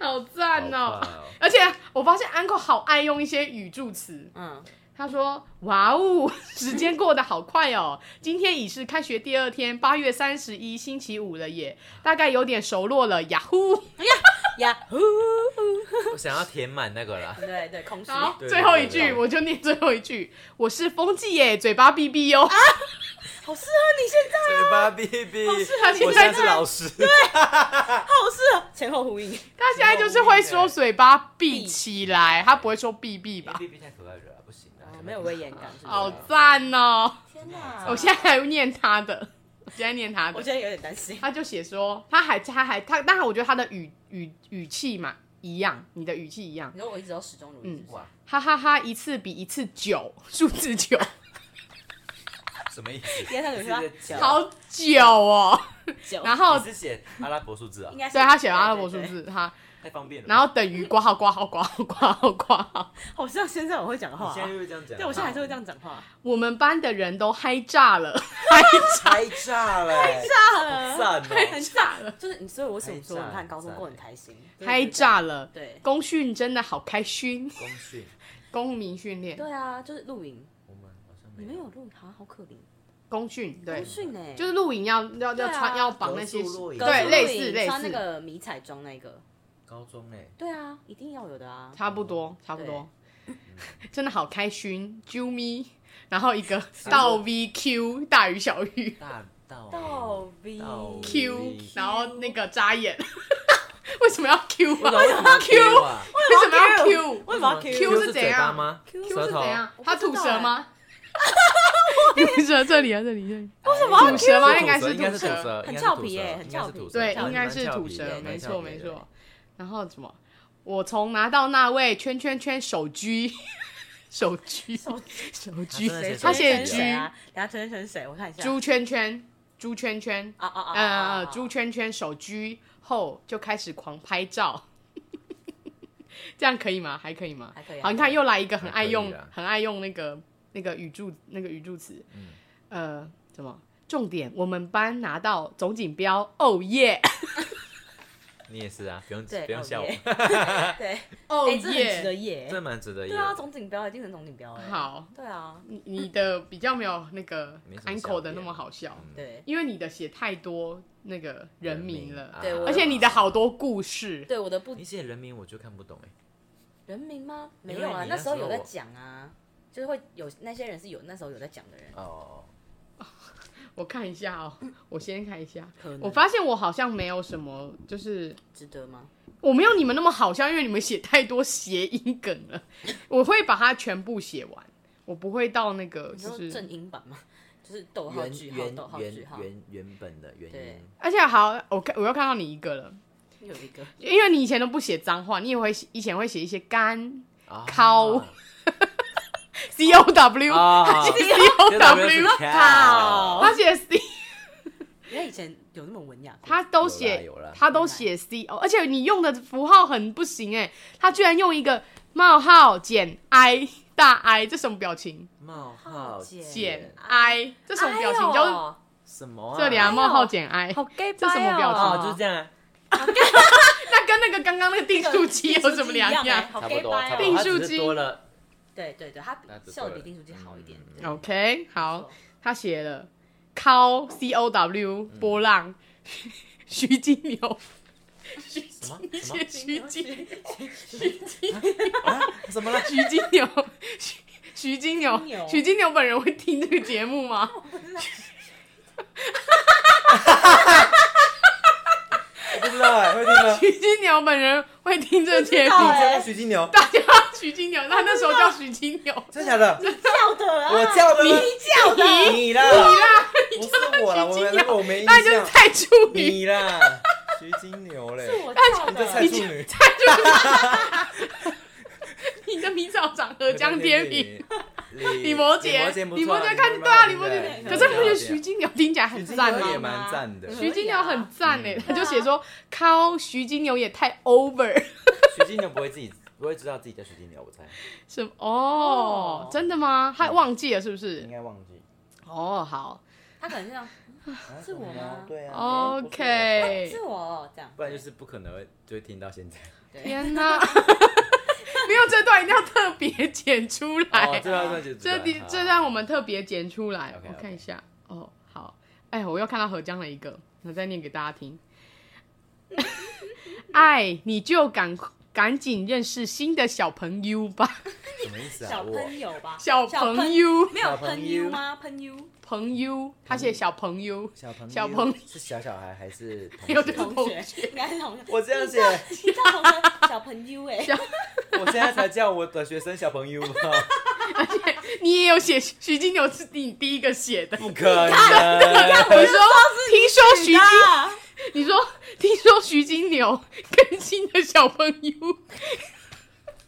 S2: 好赞哦
S3: 好 快哦！
S2: 而且我发现 uncle 好爱用一些语助词，
S4: 嗯，
S2: 他说：“哇哦，时间过得好快哦！今天已是开学第二天，八月三十一，星期五了耶，大概有点熟络了。呀呼！
S4: 呀，
S3: 我想要填满那个啦。
S4: 对对，空虚。
S2: 好，
S3: 对
S2: 最后一
S3: 对
S2: 句
S3: 对
S2: 我就念最后一句，我是风纪耶，嘴巴闭闭哟。
S4: 好适合你现在，
S3: 嘴巴闭闭，
S2: 合现
S3: 我现
S2: 在
S3: 在是老师，
S4: 好适合前后呼应。
S2: 他现在就是会说嘴巴闭起来，他不会说闭闭吧？
S3: 闭闭太可爱了，不行啊
S4: 哦，没有威严感是不是
S2: 好赞哦！
S4: 天哪
S2: 我现在还念他的，我现在念他的
S4: 我。现在有点担心。
S2: 他就写说，他还他还他，但是我觉得他的语语语气嘛一样，你的语气一样
S4: 你，说我一直都始终如一，是不是
S3: 哇，
S2: 哈哈哈，一次比一次久，数字九，
S3: 什么意思？
S4: 第二条女生
S3: 你是 在
S2: 好久哦。
S4: 九，
S2: 然后
S3: 你是写阿拉伯数字啊
S4: 应？该是
S2: 对他写了阿拉伯数，字，哈，
S3: 太方便了。
S2: 然后等于挂号挂号挂号挂号挂号。
S4: 对对对好像现在我会讲话
S3: 你
S4: 啊，
S3: 现在就会这样讲，
S4: 对我现在还是会这样讲话。
S2: 我们班的人都嗨炸 了，
S3: 太炸了，太
S4: 炸
S3: 了， 赞哦！
S4: 炸了，就是你，所以我为什么说
S3: 太炸
S4: 你
S3: 了
S4: 看高中
S3: 炸
S4: 过得
S3: 了
S4: 很开心，
S2: 嗨炸了。
S4: 对
S2: 公训真的好开心，
S3: 功训，
S2: 公民训练。
S4: 对啊，就是露营，
S3: 我们好像
S4: 你们有录哈，好可怜，
S2: 公训对
S4: 通，讯哎，
S2: 就是录影要要
S4: 对
S2: 要
S4: 啊
S2: 穿要绑那些
S3: 格数录影
S4: 高中
S2: 对
S4: 录
S2: 类
S4: 影
S2: 似类
S4: 穿那
S2: 似，
S4: 个迷彩装那个，
S3: 高中哎、
S4: 对啊，一定要有的啊，
S2: 差不多差不
S4: 对
S2: 多， 真的好开心，啾咪，然后一个到 VQ 大于小于
S3: 大到欸
S4: 到 V
S3: 到
S2: Q，然后那个扎眼， 为什么要 Q
S3: 为
S2: 啊？
S3: 什么 Q 啊？
S2: 为什么要 Q？
S4: 为什么要 Q？
S2: Q 是
S3: 是
S2: 怎
S3: 嘴巴
S2: 样
S3: 吗
S4: Q
S2: 是
S3: 舌
S2: 怎
S3: 头？
S2: 样
S4: 我？不
S2: 他
S4: 知
S2: 吐
S4: 道
S2: 舌
S4: 欸
S2: 吗？ 吐舌这里啊，这里这里。
S3: 为什
S2: 要 Q 吐舌吗应该是
S3: 哦应该是
S2: 吐
S3: 吐
S2: 舌
S3: 舌，
S4: 很
S3: 应该是
S4: 俏
S3: 吐
S4: 皮
S3: 舌
S4: 欸很
S3: 应该是
S4: 俏皮
S3: 吐舌
S2: 对，
S3: 蛮
S2: 应该是
S3: 蛮俏
S2: 吐
S3: 皮
S2: 舌
S3: 的，
S2: 没
S3: 蛮
S2: 错
S3: 俏
S2: 没
S3: 皮的
S2: 错。然后什么？我从拿到那位圈圈圈手狙， 手狙，手狙，他
S3: 他
S2: 写
S3: 真的写手狙
S4: 谁
S2: 狙
S4: 啊？等下陈晨谁？我看一下，
S2: 猪圈圈，猪圈圈，
S4: 啊啊啊啊啊
S2: 呃，
S4: 啊
S2: 猪圈圈手狙后就开始狂拍照， 这样可以吗？还可以吗？
S4: 还可以啊
S2: 好，你看又来一个很爱
S3: 还
S2: 用
S3: 可以啦、啊
S2: 很爱用那个那个语助那个语助词，
S3: 嗯
S2: 呃，什么？重点，我们班拿到总锦标，哦耶，
S3: 你也是啊，不用
S4: 对，
S3: 不用笑我
S4: 哦耶， 对，
S2: 哦
S4: 哎，这很值得
S2: 耶！
S4: 耶
S3: 这。蛮值得。
S4: 对啊，，总锦标一定能总锦标哎。
S2: 好，
S4: 对啊，
S2: 你你的比较没有那个
S3: 没什么笑
S2: uncle 的
S3: 点嗯
S2: 那么好笑，
S4: 对
S2: 因为你的写太多那个人名了，
S4: 对我
S2: 而且你的好多故事，
S4: 对，我的不
S3: 啊 你写人名我就看不懂哎，
S4: 人名吗？
S3: 因
S4: 没
S3: 为
S4: 有啊，
S3: 你
S4: 那
S3: 那
S4: 时候
S3: 时候
S4: 有在
S3: 我
S4: 讲啊，就是会有那些人是有那时候有在讲的人。
S3: 哦，
S2: 我看一下哦，
S4: 嗯
S2: 我先看一下
S4: 可能。
S2: 我发现我好像没有什么，就是
S4: 值得吗？
S2: 我没有你们那么好笑，因为你们写太多谐音梗了。 我会把它全部写完，我不会到那个
S4: 你
S2: 就
S4: 说
S2: 是。
S4: 正音版吗？就是逗
S2: 哦
S4: 号、
S3: 原
S4: 句号、
S3: 原
S4: 逗号、句
S3: 原
S4: 号，
S3: 原原本的原
S4: 对
S3: 因，
S2: 而且好，我看我又看到你一个了，
S4: 有一个
S2: 因为你以前都不写脏话，你也会写以前会写一些干
S3: 啊
S2: 靠 C O W，
S3: 啊
S4: 哦
S2: 他写 C O W，
S3: 靠
S2: 他写 C，
S4: 因为以前有那么文雅过，
S2: 他都写
S3: 有啦有啦
S2: 他都写 C O，而且你用的符号很不行哎、他居然用一个冒号减 I 大 I，这什么表情？
S3: 冒号
S4: 减
S2: 减 I，这什么表情？
S4: 哎呦哎
S2: 就是
S3: 什么啊？
S2: 这里啊，
S4: 呦
S2: 冒号减 I，
S4: 好 gay
S2: 这什么表情
S3: 哦，就是这样啊，
S2: 那跟那个刚刚那个订书机有什么两
S4: 样哎？
S2: 样
S4: 好
S3: 差
S4: gay
S3: 不多，
S4: 掰
S2: 啊
S3: 差
S4: 哦
S3: 不多，它
S2: 订书
S3: 只是
S2: 机
S3: 多了，
S4: 对对对，它
S3: 那只是
S4: 效
S3: 为
S4: 比
S3: 了
S4: 订书机好一点。
S3: 嗯
S4: 对
S2: ？OK，好
S4: 没错，
S2: 他写了 cow C O W
S3: 嗯
S2: 波浪 徐金牛，
S3: 什么什
S2: 写徐金
S3: 么啊？怎么了？
S2: 徐金牛徐徐金牛
S4: 金牛
S2: 徐金牛本人会听这个节目吗？
S3: 我不知道哎，会听 吗？
S2: 徐金牛本人会听这个节目
S4: 不知，道
S3: 你叫徐金牛？
S2: 大家徐金牛，他那时候叫徐金 牛，
S3: 真的假的？
S4: 叫的 啊，
S3: 我叫的，
S4: 叫的，
S3: 你啦，你啦，不是我啦，我
S2: 徐金
S3: 们
S2: 牛
S3: 我没印
S2: 那就是
S3: 象，
S2: 蔡处女，
S3: 你啦，徐金牛嘞，
S4: 我叫
S3: 这
S4: 的
S3: 蔡处女，
S2: 蔡处女，你的米草长和江天平。
S3: 李，
S2: 李
S3: 李
S2: 摩羯，
S3: 李
S2: 李摩羯看
S3: 看
S2: 对啊，李摩
S3: 摩
S2: 羯。
S4: 对
S2: 可是
S4: 对
S2: 不觉得
S3: 啊
S2: 徐金牛听起来很赞
S3: 也
S2: 吗？
S3: 蛮赞的，
S4: 徐
S2: 徐金牛很赞哎，
S3: 嗯
S2: 他就写说靠徐金牛也太 over
S3: 啊 徐金牛不会自己不会知道自己叫徐金牛，我猜
S2: 什么哦
S4: 哦？
S2: 真的吗？他忘记了是不
S3: 应
S2: 是？
S3: 该忘记。
S2: 哦，好
S4: 他可能这样
S3: 啊
S4: 是我吗
S3: 对啊哎
S2: ，OK
S4: 是。我哦这样，
S3: 不是我不然就是不可能会就会听到现在。
S4: 对
S2: 天哪， 没有这段一定要特别剪出
S3: 哦
S2: 来，
S3: 这。段段就
S2: 这
S3: 第
S2: 第这让我们特别剪出来，
S3: 啊 OK，OK
S2: 我看一下。哦，好，哎，我又看到河江的一个，我再念给大家听。 爱你就赶赶紧认识新的小朋友吧，
S3: 什么意思啊？
S4: 小
S3: 我
S4: 朋友吧，
S2: 小朋友
S4: 没有
S3: 小朋
S4: 喷
S3: 友
S4: U 吗？喷 U
S2: 朋友，他写小朋友，
S3: 小朋友
S2: 小朋友
S3: 是小小孩还是同
S2: 没有就是
S3: 学？
S4: 同学应该是同学，
S3: 我这样写，
S4: 你叫同学小朋友哎，
S3: 我现在才叫我的学生小朋友吗？
S2: 你也有写徐金牛是你第一个写的。
S3: 不可能！
S2: 我说，听说徐金，
S4: 啊
S2: 你说听说徐金牛跟新的小朋友，你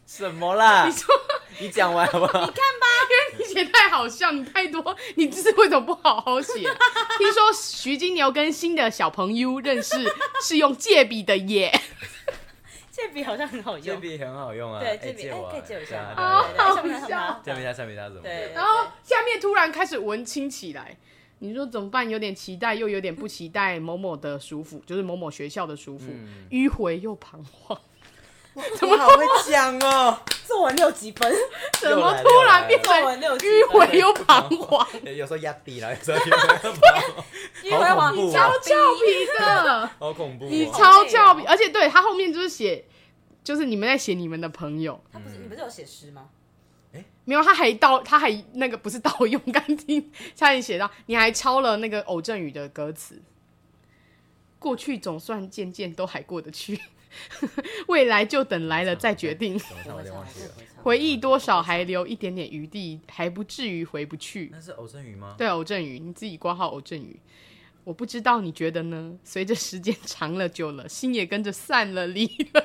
S3: 什么 啦？
S2: 说
S3: 你讲完好不好？
S2: 因为你写太好笑，你太多，你这是为什么不好好写？听说徐金牛跟新的小朋友认识是用借笔的耶，
S4: 这笔好像很好
S3: 铅
S4: 用，
S3: 笔很好用啊，
S4: 对，
S3: 哎
S4: 这笔
S3: 借
S4: 哎
S3: 我啊，
S4: 可以借我一下吗，
S3: 对啊对啊
S2: 哦
S4: 对对
S2: 好
S3: 对
S4: 对
S3: 啊橡皮擦，橡皮擦什么
S4: 对
S3: 的？
S2: 然后下面突然开始文青起来，你说怎么办？有点期待，又有点不期待某某的舒服，就是某嗯
S3: 嗯
S2: 某学校的舒服，迂回又彷徨。
S3: 我好会讲哦，
S4: 作文六级分，
S2: 怎么突然变成
S4: 作文六级
S2: 迂
S4: 分，
S2: 回又彷徨？
S3: 有时候压低，然后有时候又
S4: 迂回
S3: 好
S4: 往
S3: 恐怖哦
S2: 超俏皮的，
S3: 好恐怖、
S2: 你
S3: 哦。
S2: 超俏皮，而且对他后面就是写，就是你们在写你们的朋友，
S4: 他不是你不是有写诗吗？
S2: 没有，他还盗，他还那个不是盗用，刚听差点写到，你还抄了那个偶振宇的歌词。过去总算渐渐都还过得去， 未来就等来了再决定。
S3: 怎么唱我有点忘记了
S4: 我，会唱
S2: 回忆多少还留一点点余地，还不至于回不去。
S3: 那是偶阵雨吗？
S2: 对，偶振宇，你自己挂号偶振宇。我不知道你觉得呢？随着时间长了久了，心也跟着散了离了。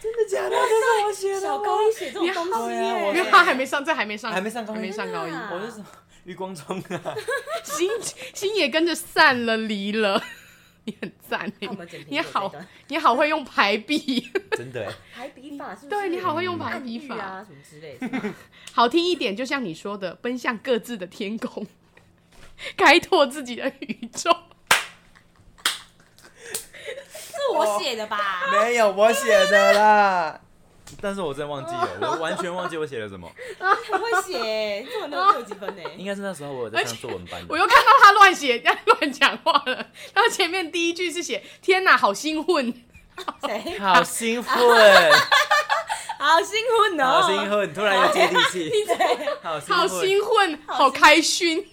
S3: 真的假的？这是我写
S4: 小高一写这种东西
S3: 你好
S4: 耶，
S2: 因
S3: 对
S2: 为他还没上，这还没上，
S3: 哦还没上高哦一
S2: 啊还没上高一，
S4: 天哪
S3: 我是什么余光中啊？
S2: 心心也跟着散了离了。 你很赞
S4: 那我
S2: 欸
S4: 们剪
S2: 你
S4: 辑
S2: 好，你好会用排比，
S3: 真的哎，
S4: 排比法是不是？
S2: 对你好会用排
S4: 暗
S2: 比
S4: 喻
S2: 法，
S4: 啊什么之类的，
S2: 好听一点，就像你说的，奔向各自的天空， 开拓自己的宇宙。
S4: 是我写的吧？
S3: 没有我写的啦。但是我真的忘记了，我完全忘记我写了什么。
S4: 你很会写，作文六六级分呢？
S3: 应该是那时候我有在上作文班的，
S2: 我又看到他乱写、 乱讲话了。他前面第一句是写“天哪，好兴奋
S4: 谁？
S3: 好兴奋，
S4: 好兴奋哦！
S3: 好 兴奋，突然又接地气， 好”，兴
S2: 好
S3: 奋，
S2: 兴奋，好开心。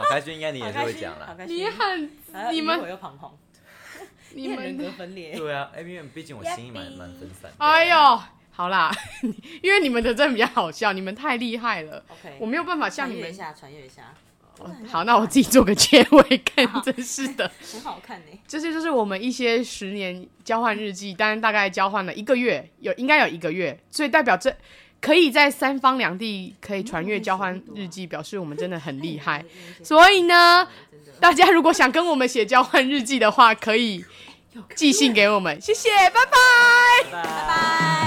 S3: 好开心，应该你也
S4: 好
S3: 是
S4: 开
S3: 会
S4: 心，
S3: 讲
S4: 好
S3: 啦。
S4: 开心
S2: 你很
S4: 还有，
S2: 你
S4: 迂回
S2: 们，
S4: 又彷徨，
S2: 你
S4: 你很人格
S2: 们，
S4: 分裂。
S3: 对啊，哎，因为毕竟我心意蛮蛮分散的。
S2: 哎呦，好啦， 因为你们的真的比较好笑，你们太厉害了，
S4: OK，
S2: 我没有办法像
S4: 穿
S2: 你
S4: 越一
S2: 们。
S4: 下，穿越一下，
S2: 好，那我自己做个结尾，看真是的。
S4: 很好看呢。
S2: 这些就是我们一些十年交换日记，但大概交换了一个月，有应该有一个月，所以代表这可以在三方两地可以传阅交换日记，表示我们真的很厉害。所以呢，
S4: 真的，
S2: 大家如果想跟我们写交换日记的话，可以寄信给我们，谢谢，拜拜。
S4: 拜拜。